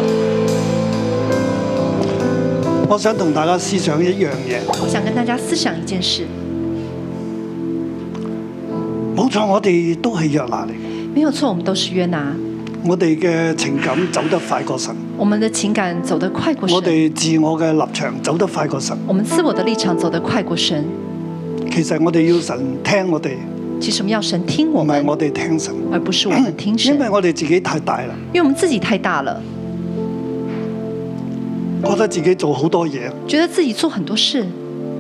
Speaker 2: 我想同大家思想一樣嘢。
Speaker 3: 我想跟大家思想一件事，
Speaker 2: 冇錯，我哋都係約拿嚟嘅。
Speaker 3: 没有错，我们都是约拿，
Speaker 2: 我哋嘅情感走得快過神，
Speaker 3: 我们的情感走得快过
Speaker 2: 我
Speaker 3: 神，
Speaker 2: 哋自我嘅立場走得快過神。
Speaker 3: 我们自我的立场走得快过神。
Speaker 2: 其實我哋要神聽我哋，
Speaker 3: 其实我们要神听我
Speaker 2: 唔係
Speaker 3: 们，
Speaker 2: 我哋聽神，
Speaker 3: 而不是我们听神
Speaker 2: 因，為我哋自己太大啦，
Speaker 3: 因为我们自己太大了，
Speaker 2: 覺得自己做好多嘢，
Speaker 3: 觉得自己做很多事。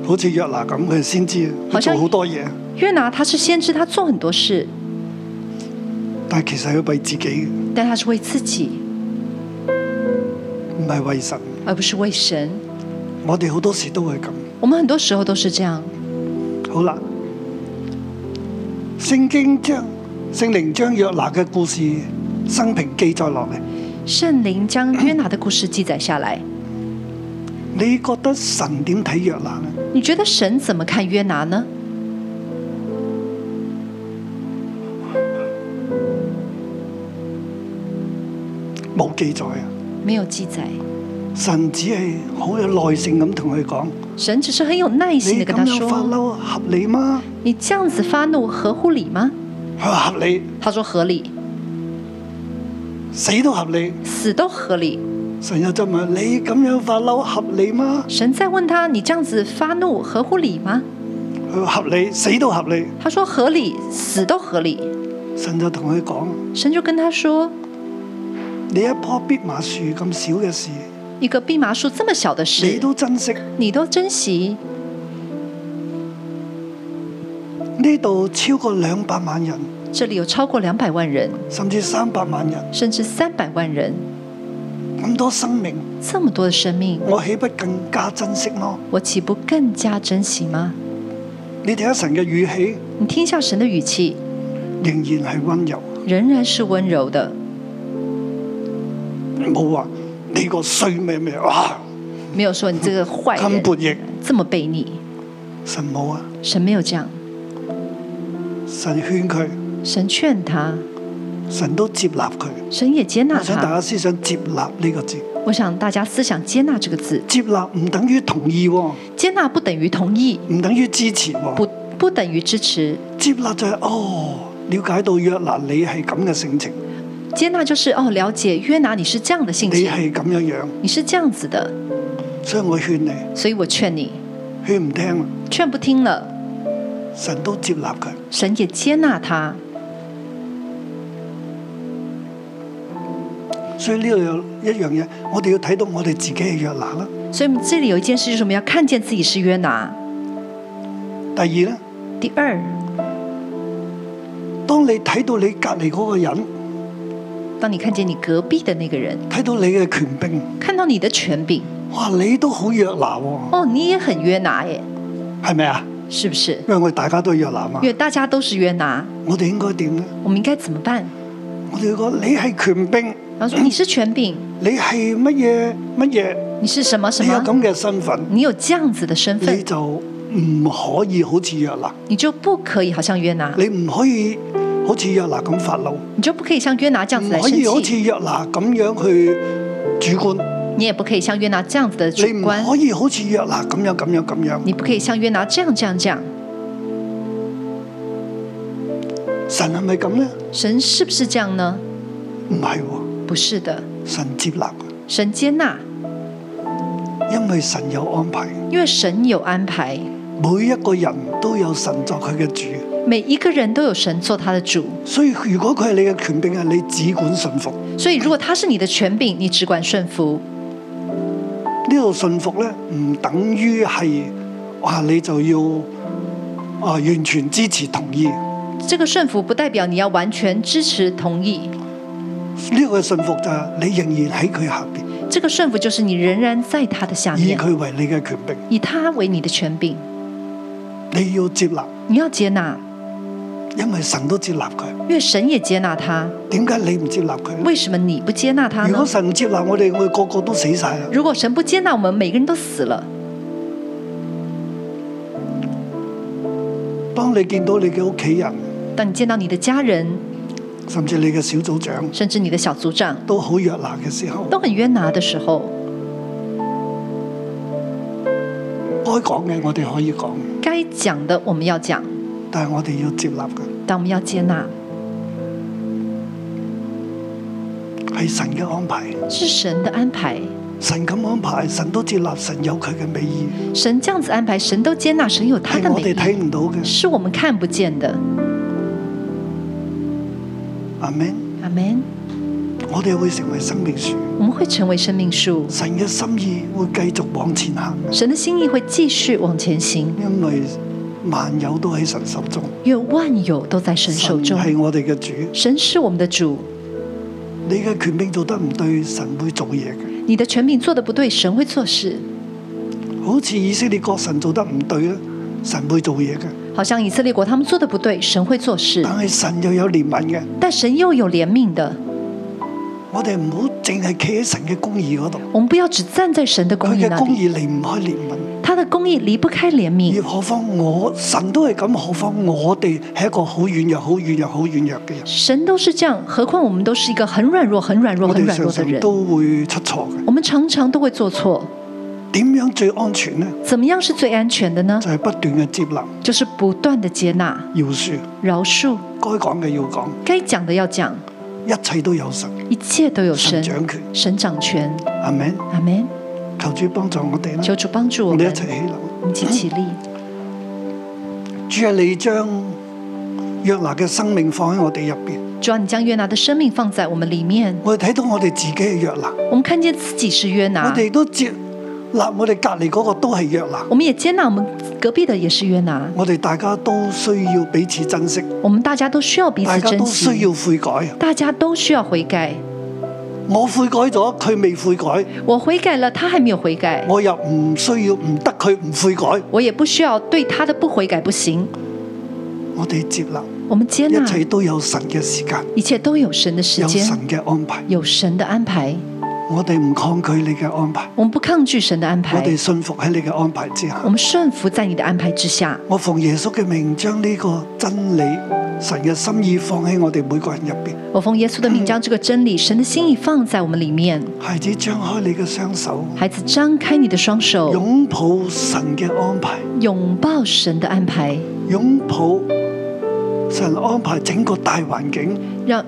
Speaker 2: 好似約拿咁，佢先知
Speaker 3: 好
Speaker 2: 佢
Speaker 3: 像
Speaker 2: 做好多嘢，
Speaker 3: 约拿他是先知，他做很多事，
Speaker 2: 但係其實佢為自己嘅，
Speaker 3: 但他是为自己，
Speaker 2: 唔係為神。
Speaker 3: 而不是为神。
Speaker 2: 我哋好多時都係咁。
Speaker 3: 我们很多时候都是这样。
Speaker 2: 好啦，聖經將聖靈將約拿嘅故事生平記載落嚟。
Speaker 3: 圣灵将约拿的故事记载下来，
Speaker 2: 你覺得神點睇約拿呢？
Speaker 3: 你觉得神怎么看约拿呢？
Speaker 2: 冇記載啊。
Speaker 3: 没有记载。
Speaker 2: 神只係好有耐性咁同佢講：
Speaker 3: 神只是很有耐心
Speaker 2: 你
Speaker 3: 的
Speaker 2: 咁
Speaker 3: 跟他
Speaker 2: 樣發
Speaker 3: 说
Speaker 2: 嬲合理嗎？：“
Speaker 3: 你这样子发怒合乎理吗
Speaker 2: 佢話合理，？”
Speaker 3: 他说：“合理，
Speaker 2: 死都合理。
Speaker 3: 死都合理。
Speaker 2: 神又就問：你咁樣發嬲合理嗎？”
Speaker 3: 神在问他：“你这样子发怒合乎理吗
Speaker 2: 佢話合理，死都合理。？”
Speaker 3: 他说：“合理，死都合理。
Speaker 2: 神就同佢講：”
Speaker 3: 神就跟他说
Speaker 2: 你一棵蓖麻樹咁少嘅事，：“
Speaker 3: 一个蓖麻树这么小的
Speaker 2: 你
Speaker 3: 事，
Speaker 2: 都珍惜。
Speaker 3: 你都珍惜，
Speaker 2: 呢度超過兩百萬人，
Speaker 3: 这里有超过两百万人，
Speaker 2: 甚至三百萬人，
Speaker 3: 甚至三百万人，
Speaker 2: 咁多生命，
Speaker 3: 这么多的生命，
Speaker 2: 我豈不更加珍惜麼？
Speaker 3: 我岂不更加珍惜吗？”
Speaker 2: 你睇下神嘅語氣，
Speaker 3: 你听一下神的语气，
Speaker 2: 仍然係温柔，
Speaker 3: 仍然是温柔的，
Speaker 2: 冇話你個衰咩咩，哇
Speaker 3: 没有说你这个坏
Speaker 2: 咁
Speaker 3: 人
Speaker 2: 叛逆。
Speaker 3: 这么悖逆。
Speaker 2: 神冇啊，
Speaker 3: 神没有这样，
Speaker 2: 神勸佢，
Speaker 3: 神劝他，
Speaker 2: 神都接納佢。
Speaker 3: 神也接
Speaker 2: 我
Speaker 3: 纳
Speaker 2: 想大
Speaker 3: 他。
Speaker 2: 家思想接納呢個字，
Speaker 3: 我想大家思想接纳这个字，
Speaker 2: 接納唔等於同意喎，
Speaker 3: 接纳不等于同意，
Speaker 2: 唔等於支持喎。
Speaker 3: 不不等于支持。
Speaker 2: 接納就係、哦，了解到約拿你係咁嘅性情，
Speaker 3: 接纳就是哦，了解约拿你是这样的性
Speaker 2: 你
Speaker 3: 情，
Speaker 2: 係咁樣樣，
Speaker 3: 你是这样子的，
Speaker 2: 所以我勸你，
Speaker 3: 所以我劝你，
Speaker 2: 勸唔聽啦，
Speaker 3: 劝不听了，
Speaker 2: 神都接納佢。
Speaker 3: 神也接纳他。
Speaker 2: 所以呢度有一樣嘢，我哋要睇到我哋自己嘅約拿啦。
Speaker 3: 所以我们这里有一件事，就是我们要看见自己是约拿。
Speaker 2: 第二呢，
Speaker 3: 第二，
Speaker 2: 當你睇到你隔離嗰個人，
Speaker 3: 当你看见你隔壁的那个人，
Speaker 2: 睇到你嘅權柄，
Speaker 3: 看到你的权柄，
Speaker 2: 哇，你都好約拿喎、
Speaker 3: 哦，你也很约拿耶，
Speaker 2: 係咪啊？
Speaker 3: 是不是？
Speaker 2: 因為我哋大家都係約拿嘛
Speaker 3: 因，为大家都是约拿，
Speaker 2: 我哋應該點呢？
Speaker 3: 我们应该怎么办？
Speaker 2: 我哋要講你係權柄，
Speaker 3: 然后说你是权柄，
Speaker 2: 你係乜嘢乜嘢，
Speaker 3: 你是什么什
Speaker 2: 你有
Speaker 3: 么，
Speaker 2: 咁嘅身份，
Speaker 3: 你有这样子的身
Speaker 2: 你
Speaker 3: 份，
Speaker 2: 就唔可以好似約拿。
Speaker 3: 你就不可以好像约拿，
Speaker 2: 你唔可以好似約拿咁發怒，
Speaker 3: 你就不可以像约拿这样子
Speaker 2: 唔
Speaker 3: 来
Speaker 2: 可
Speaker 3: 生
Speaker 2: 以好
Speaker 3: 气，
Speaker 2: 似約拿咁樣去主觀，
Speaker 3: 你也不可以像约拿这样子的
Speaker 2: 你
Speaker 3: 主
Speaker 2: 唔
Speaker 3: 观，
Speaker 2: 可以好似約拿咁樣咁樣咁樣。
Speaker 3: 你不可以像约拿这样这样这样。
Speaker 2: 神係咪咁呢？
Speaker 3: 神是不是这样呢？
Speaker 2: 唔係喎，
Speaker 3: 不是的，
Speaker 2: 神接納嘅，
Speaker 3: 神接纳，
Speaker 2: 因為神有安排，
Speaker 3: 因为神有安排，
Speaker 2: 每一個人都有神作佢嘅主。
Speaker 3: 每一个人都有神做他的主，
Speaker 2: 所以如果佢係你嘅權柄，係你只管信服。
Speaker 3: 所以如果他是你的权柄，你只管顺服。
Speaker 2: 呢度信服呢，唔等於係哇你就要啊完全支持同意。呢、
Speaker 3: 这个顺服不代表你要完全支持同意，
Speaker 2: 個信服就係你仍然喺佢下邊，
Speaker 3: 这个顺服就是你仍然在他的下
Speaker 2: 以
Speaker 3: 面，
Speaker 2: 佢為你嘅權柄，
Speaker 3: 以他为你的权柄，
Speaker 2: 你要接納。
Speaker 3: 你要接纳，
Speaker 2: 因為神都接納佢，
Speaker 3: 因为神也接纳他。
Speaker 2: 點解你唔接納佢呢？
Speaker 3: 为什么你不接纳他
Speaker 2: 如
Speaker 3: 呢
Speaker 2: 果？神唔接納我哋，我哋個個都死晒啦。
Speaker 3: 如果神不接纳我们，每个人都死了。
Speaker 2: 當你見到你嘅屋企人，
Speaker 3: 当你见到你的家人，
Speaker 2: 甚至你嘅小組長
Speaker 3: 甚至你的小组长
Speaker 2: 都好弱難嘅時候，
Speaker 3: 都很冤拿的时候，
Speaker 2: 該講嘅我哋可以講，
Speaker 3: 该讲的我们要讲，
Speaker 2: 但係我哋要接納嘅
Speaker 3: 但我们要接纳，
Speaker 2: 係神嘅安排。
Speaker 3: 是神的安排。
Speaker 2: 神咁安排，神都接納，神有佢嘅美意，
Speaker 3: 神这样子安排，神都接纳，神有他
Speaker 2: 係
Speaker 3: 的
Speaker 2: 哎我
Speaker 3: 美
Speaker 2: 哋睇
Speaker 3: 意，
Speaker 2: 唔到嘅。
Speaker 3: 是我们看不见的。
Speaker 2: 阿 Man，
Speaker 3: 阿门。
Speaker 2: 我哋會成為生命樹，
Speaker 3: 我们会成为生命树，
Speaker 2: 神嘅心意會繼續往前行，
Speaker 3: 神的心意会继续往前行，
Speaker 2: 因為萬有都喺神手中，
Speaker 3: 因为万有都在神手
Speaker 2: 神
Speaker 3: 中。
Speaker 2: 係我哋嘅主。
Speaker 3: 神是我们的主，
Speaker 2: 你嘅權柄做得唔對，神會做嘢嘅。
Speaker 3: 你的权柄做的不对，神会做事。
Speaker 2: 好似以色列國神做得唔對咧，神會做嘢嘅。
Speaker 3: 好像以色列国他们做的不对，神会做事，
Speaker 2: 但係神又有憐憫嘅。
Speaker 3: 但神又有怜悯的。
Speaker 2: 我哋唔好淨係企喺神嘅公義嗰度，
Speaker 3: 我们不要只站在神的公
Speaker 2: 佢
Speaker 3: 义
Speaker 2: 嘅
Speaker 3: 那嗯
Speaker 2: 公
Speaker 3: 里，
Speaker 2: 義離唔開憐憫。
Speaker 3: 他他的公义离不开怜
Speaker 2: 而
Speaker 3: 悯。
Speaker 2: 何況我神都係咁，何況我哋係一個好軟弱、好軟弱、好軟弱嘅人，
Speaker 3: 神都是这样，何况我们都是一个很软弱、很软弱、
Speaker 2: 我
Speaker 3: 很
Speaker 2: 哋
Speaker 3: 软
Speaker 2: 常
Speaker 3: 弱的
Speaker 2: 常
Speaker 3: 人。
Speaker 2: 都會出錯嘅。
Speaker 3: 我們常常都會做錯，
Speaker 2: 點樣最安全呢？
Speaker 3: 怎麼樣是最安全的呢？
Speaker 2: 就係、不斷嘅接納、
Speaker 3: 就是不斷的接納、
Speaker 2: 饒恕，
Speaker 3: 饒恕，
Speaker 2: 該講嘅要講，
Speaker 3: 該講的要講，
Speaker 2: 一切都有神，
Speaker 3: 一切都有神
Speaker 2: 神，掌權，
Speaker 3: 神掌權。
Speaker 2: 係咪？
Speaker 3: 阿門。
Speaker 2: 求主幫助我哋啦，
Speaker 3: 求主幫助我
Speaker 2: 我
Speaker 3: 們
Speaker 2: 哋一，齊起立。
Speaker 3: 我們一起起立。
Speaker 2: 主啊，你將約拿嘅生命放喺我哋入邊，
Speaker 3: 主啊，你將約拿的生命放在我們裡面，
Speaker 2: 我哋睇到我哋自己係約拿，
Speaker 3: 我們看見自己是約
Speaker 2: 我
Speaker 3: 拿，
Speaker 2: 哋都接納我哋隔離嗰個都係約拿，
Speaker 3: 我們也接納我們隔壁的也是約拿，
Speaker 2: 我哋大家都需要彼此珍惜，
Speaker 3: 我們大家都需要彼
Speaker 2: 大
Speaker 3: 此
Speaker 2: 家
Speaker 3: 珍
Speaker 2: 都需
Speaker 3: 惜，
Speaker 2: 要悔改。
Speaker 3: 大家都需要悔改。
Speaker 2: 我悔改咗，佢未悔改，
Speaker 3: 我悔改了，他還沒有悔改，
Speaker 2: 我又唔需要唔得佢唔悔改，
Speaker 3: 我也不需要對他的不悔改不行。
Speaker 2: 我哋接納，
Speaker 3: 我們接
Speaker 2: 一切
Speaker 3: 納，
Speaker 2: 都有神嘅時間，
Speaker 3: 一切都有神的啊時
Speaker 2: 有
Speaker 3: 間。
Speaker 2: 神嘅安排，
Speaker 3: 有神的安排，
Speaker 2: 我哋唔抗拒你嘅安排，
Speaker 3: 我们不抗拒神的安
Speaker 2: 我
Speaker 3: 排，
Speaker 2: 哋信服喺你嘅安排之下
Speaker 3: 我。们顺服在你的安排之下。
Speaker 2: 我奉耶穌嘅名，將呢個真理、神嘅心意放喺我哋每個人入邊。
Speaker 3: 我奉耶稣的
Speaker 2: 嗯
Speaker 3: 名，将这个真理、神的心意放在我们里面。
Speaker 2: 孩子，張開你嘅雙手，
Speaker 3: 孩子，张开你的双手，
Speaker 2: 擁抱神嘅安排，
Speaker 3: 拥抱神的安排，
Speaker 2: 擁抱神安排整個大環境。
Speaker 3: 让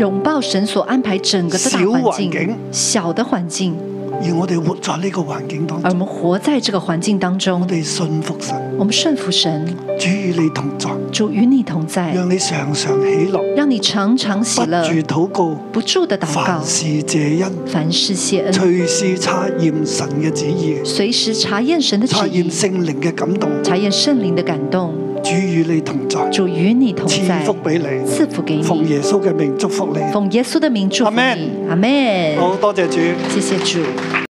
Speaker 3: 拥抱神所安排整个的大环
Speaker 2: 小环
Speaker 3: 境
Speaker 2: 境，
Speaker 3: 小的環境，
Speaker 2: 而我哋活在呢個環境當
Speaker 3: 而我
Speaker 2: 中，
Speaker 3: 们活在这个环境当
Speaker 2: 我
Speaker 3: 中，
Speaker 2: 哋信服神，
Speaker 3: 我们顺服神，
Speaker 2: 主與你同在，
Speaker 3: 主与你同在，
Speaker 2: 讓你常常喜樂，
Speaker 3: 让你常常喜
Speaker 2: 不
Speaker 3: 乐，
Speaker 2: 住禱告，
Speaker 3: 不住的祷告
Speaker 2: 凡，事謝恩，
Speaker 3: 凡事谢恩，
Speaker 2: 隨時察驗神嘅旨意，
Speaker 3: 随时查验神的旨
Speaker 2: 察驗
Speaker 3: 意，
Speaker 2: 聖靈嘅感動。
Speaker 3: 查验圣灵的感动。
Speaker 2: 主與你同在，
Speaker 3: 主与你同在
Speaker 2: 賜，福俾你。
Speaker 3: 赐福给
Speaker 2: 奉
Speaker 3: 你，
Speaker 2: 耶穌嘅名祝福你。
Speaker 3: 奉耶稣的名祝福你，阿门。
Speaker 2: 好多謝主。
Speaker 3: 谢谢主。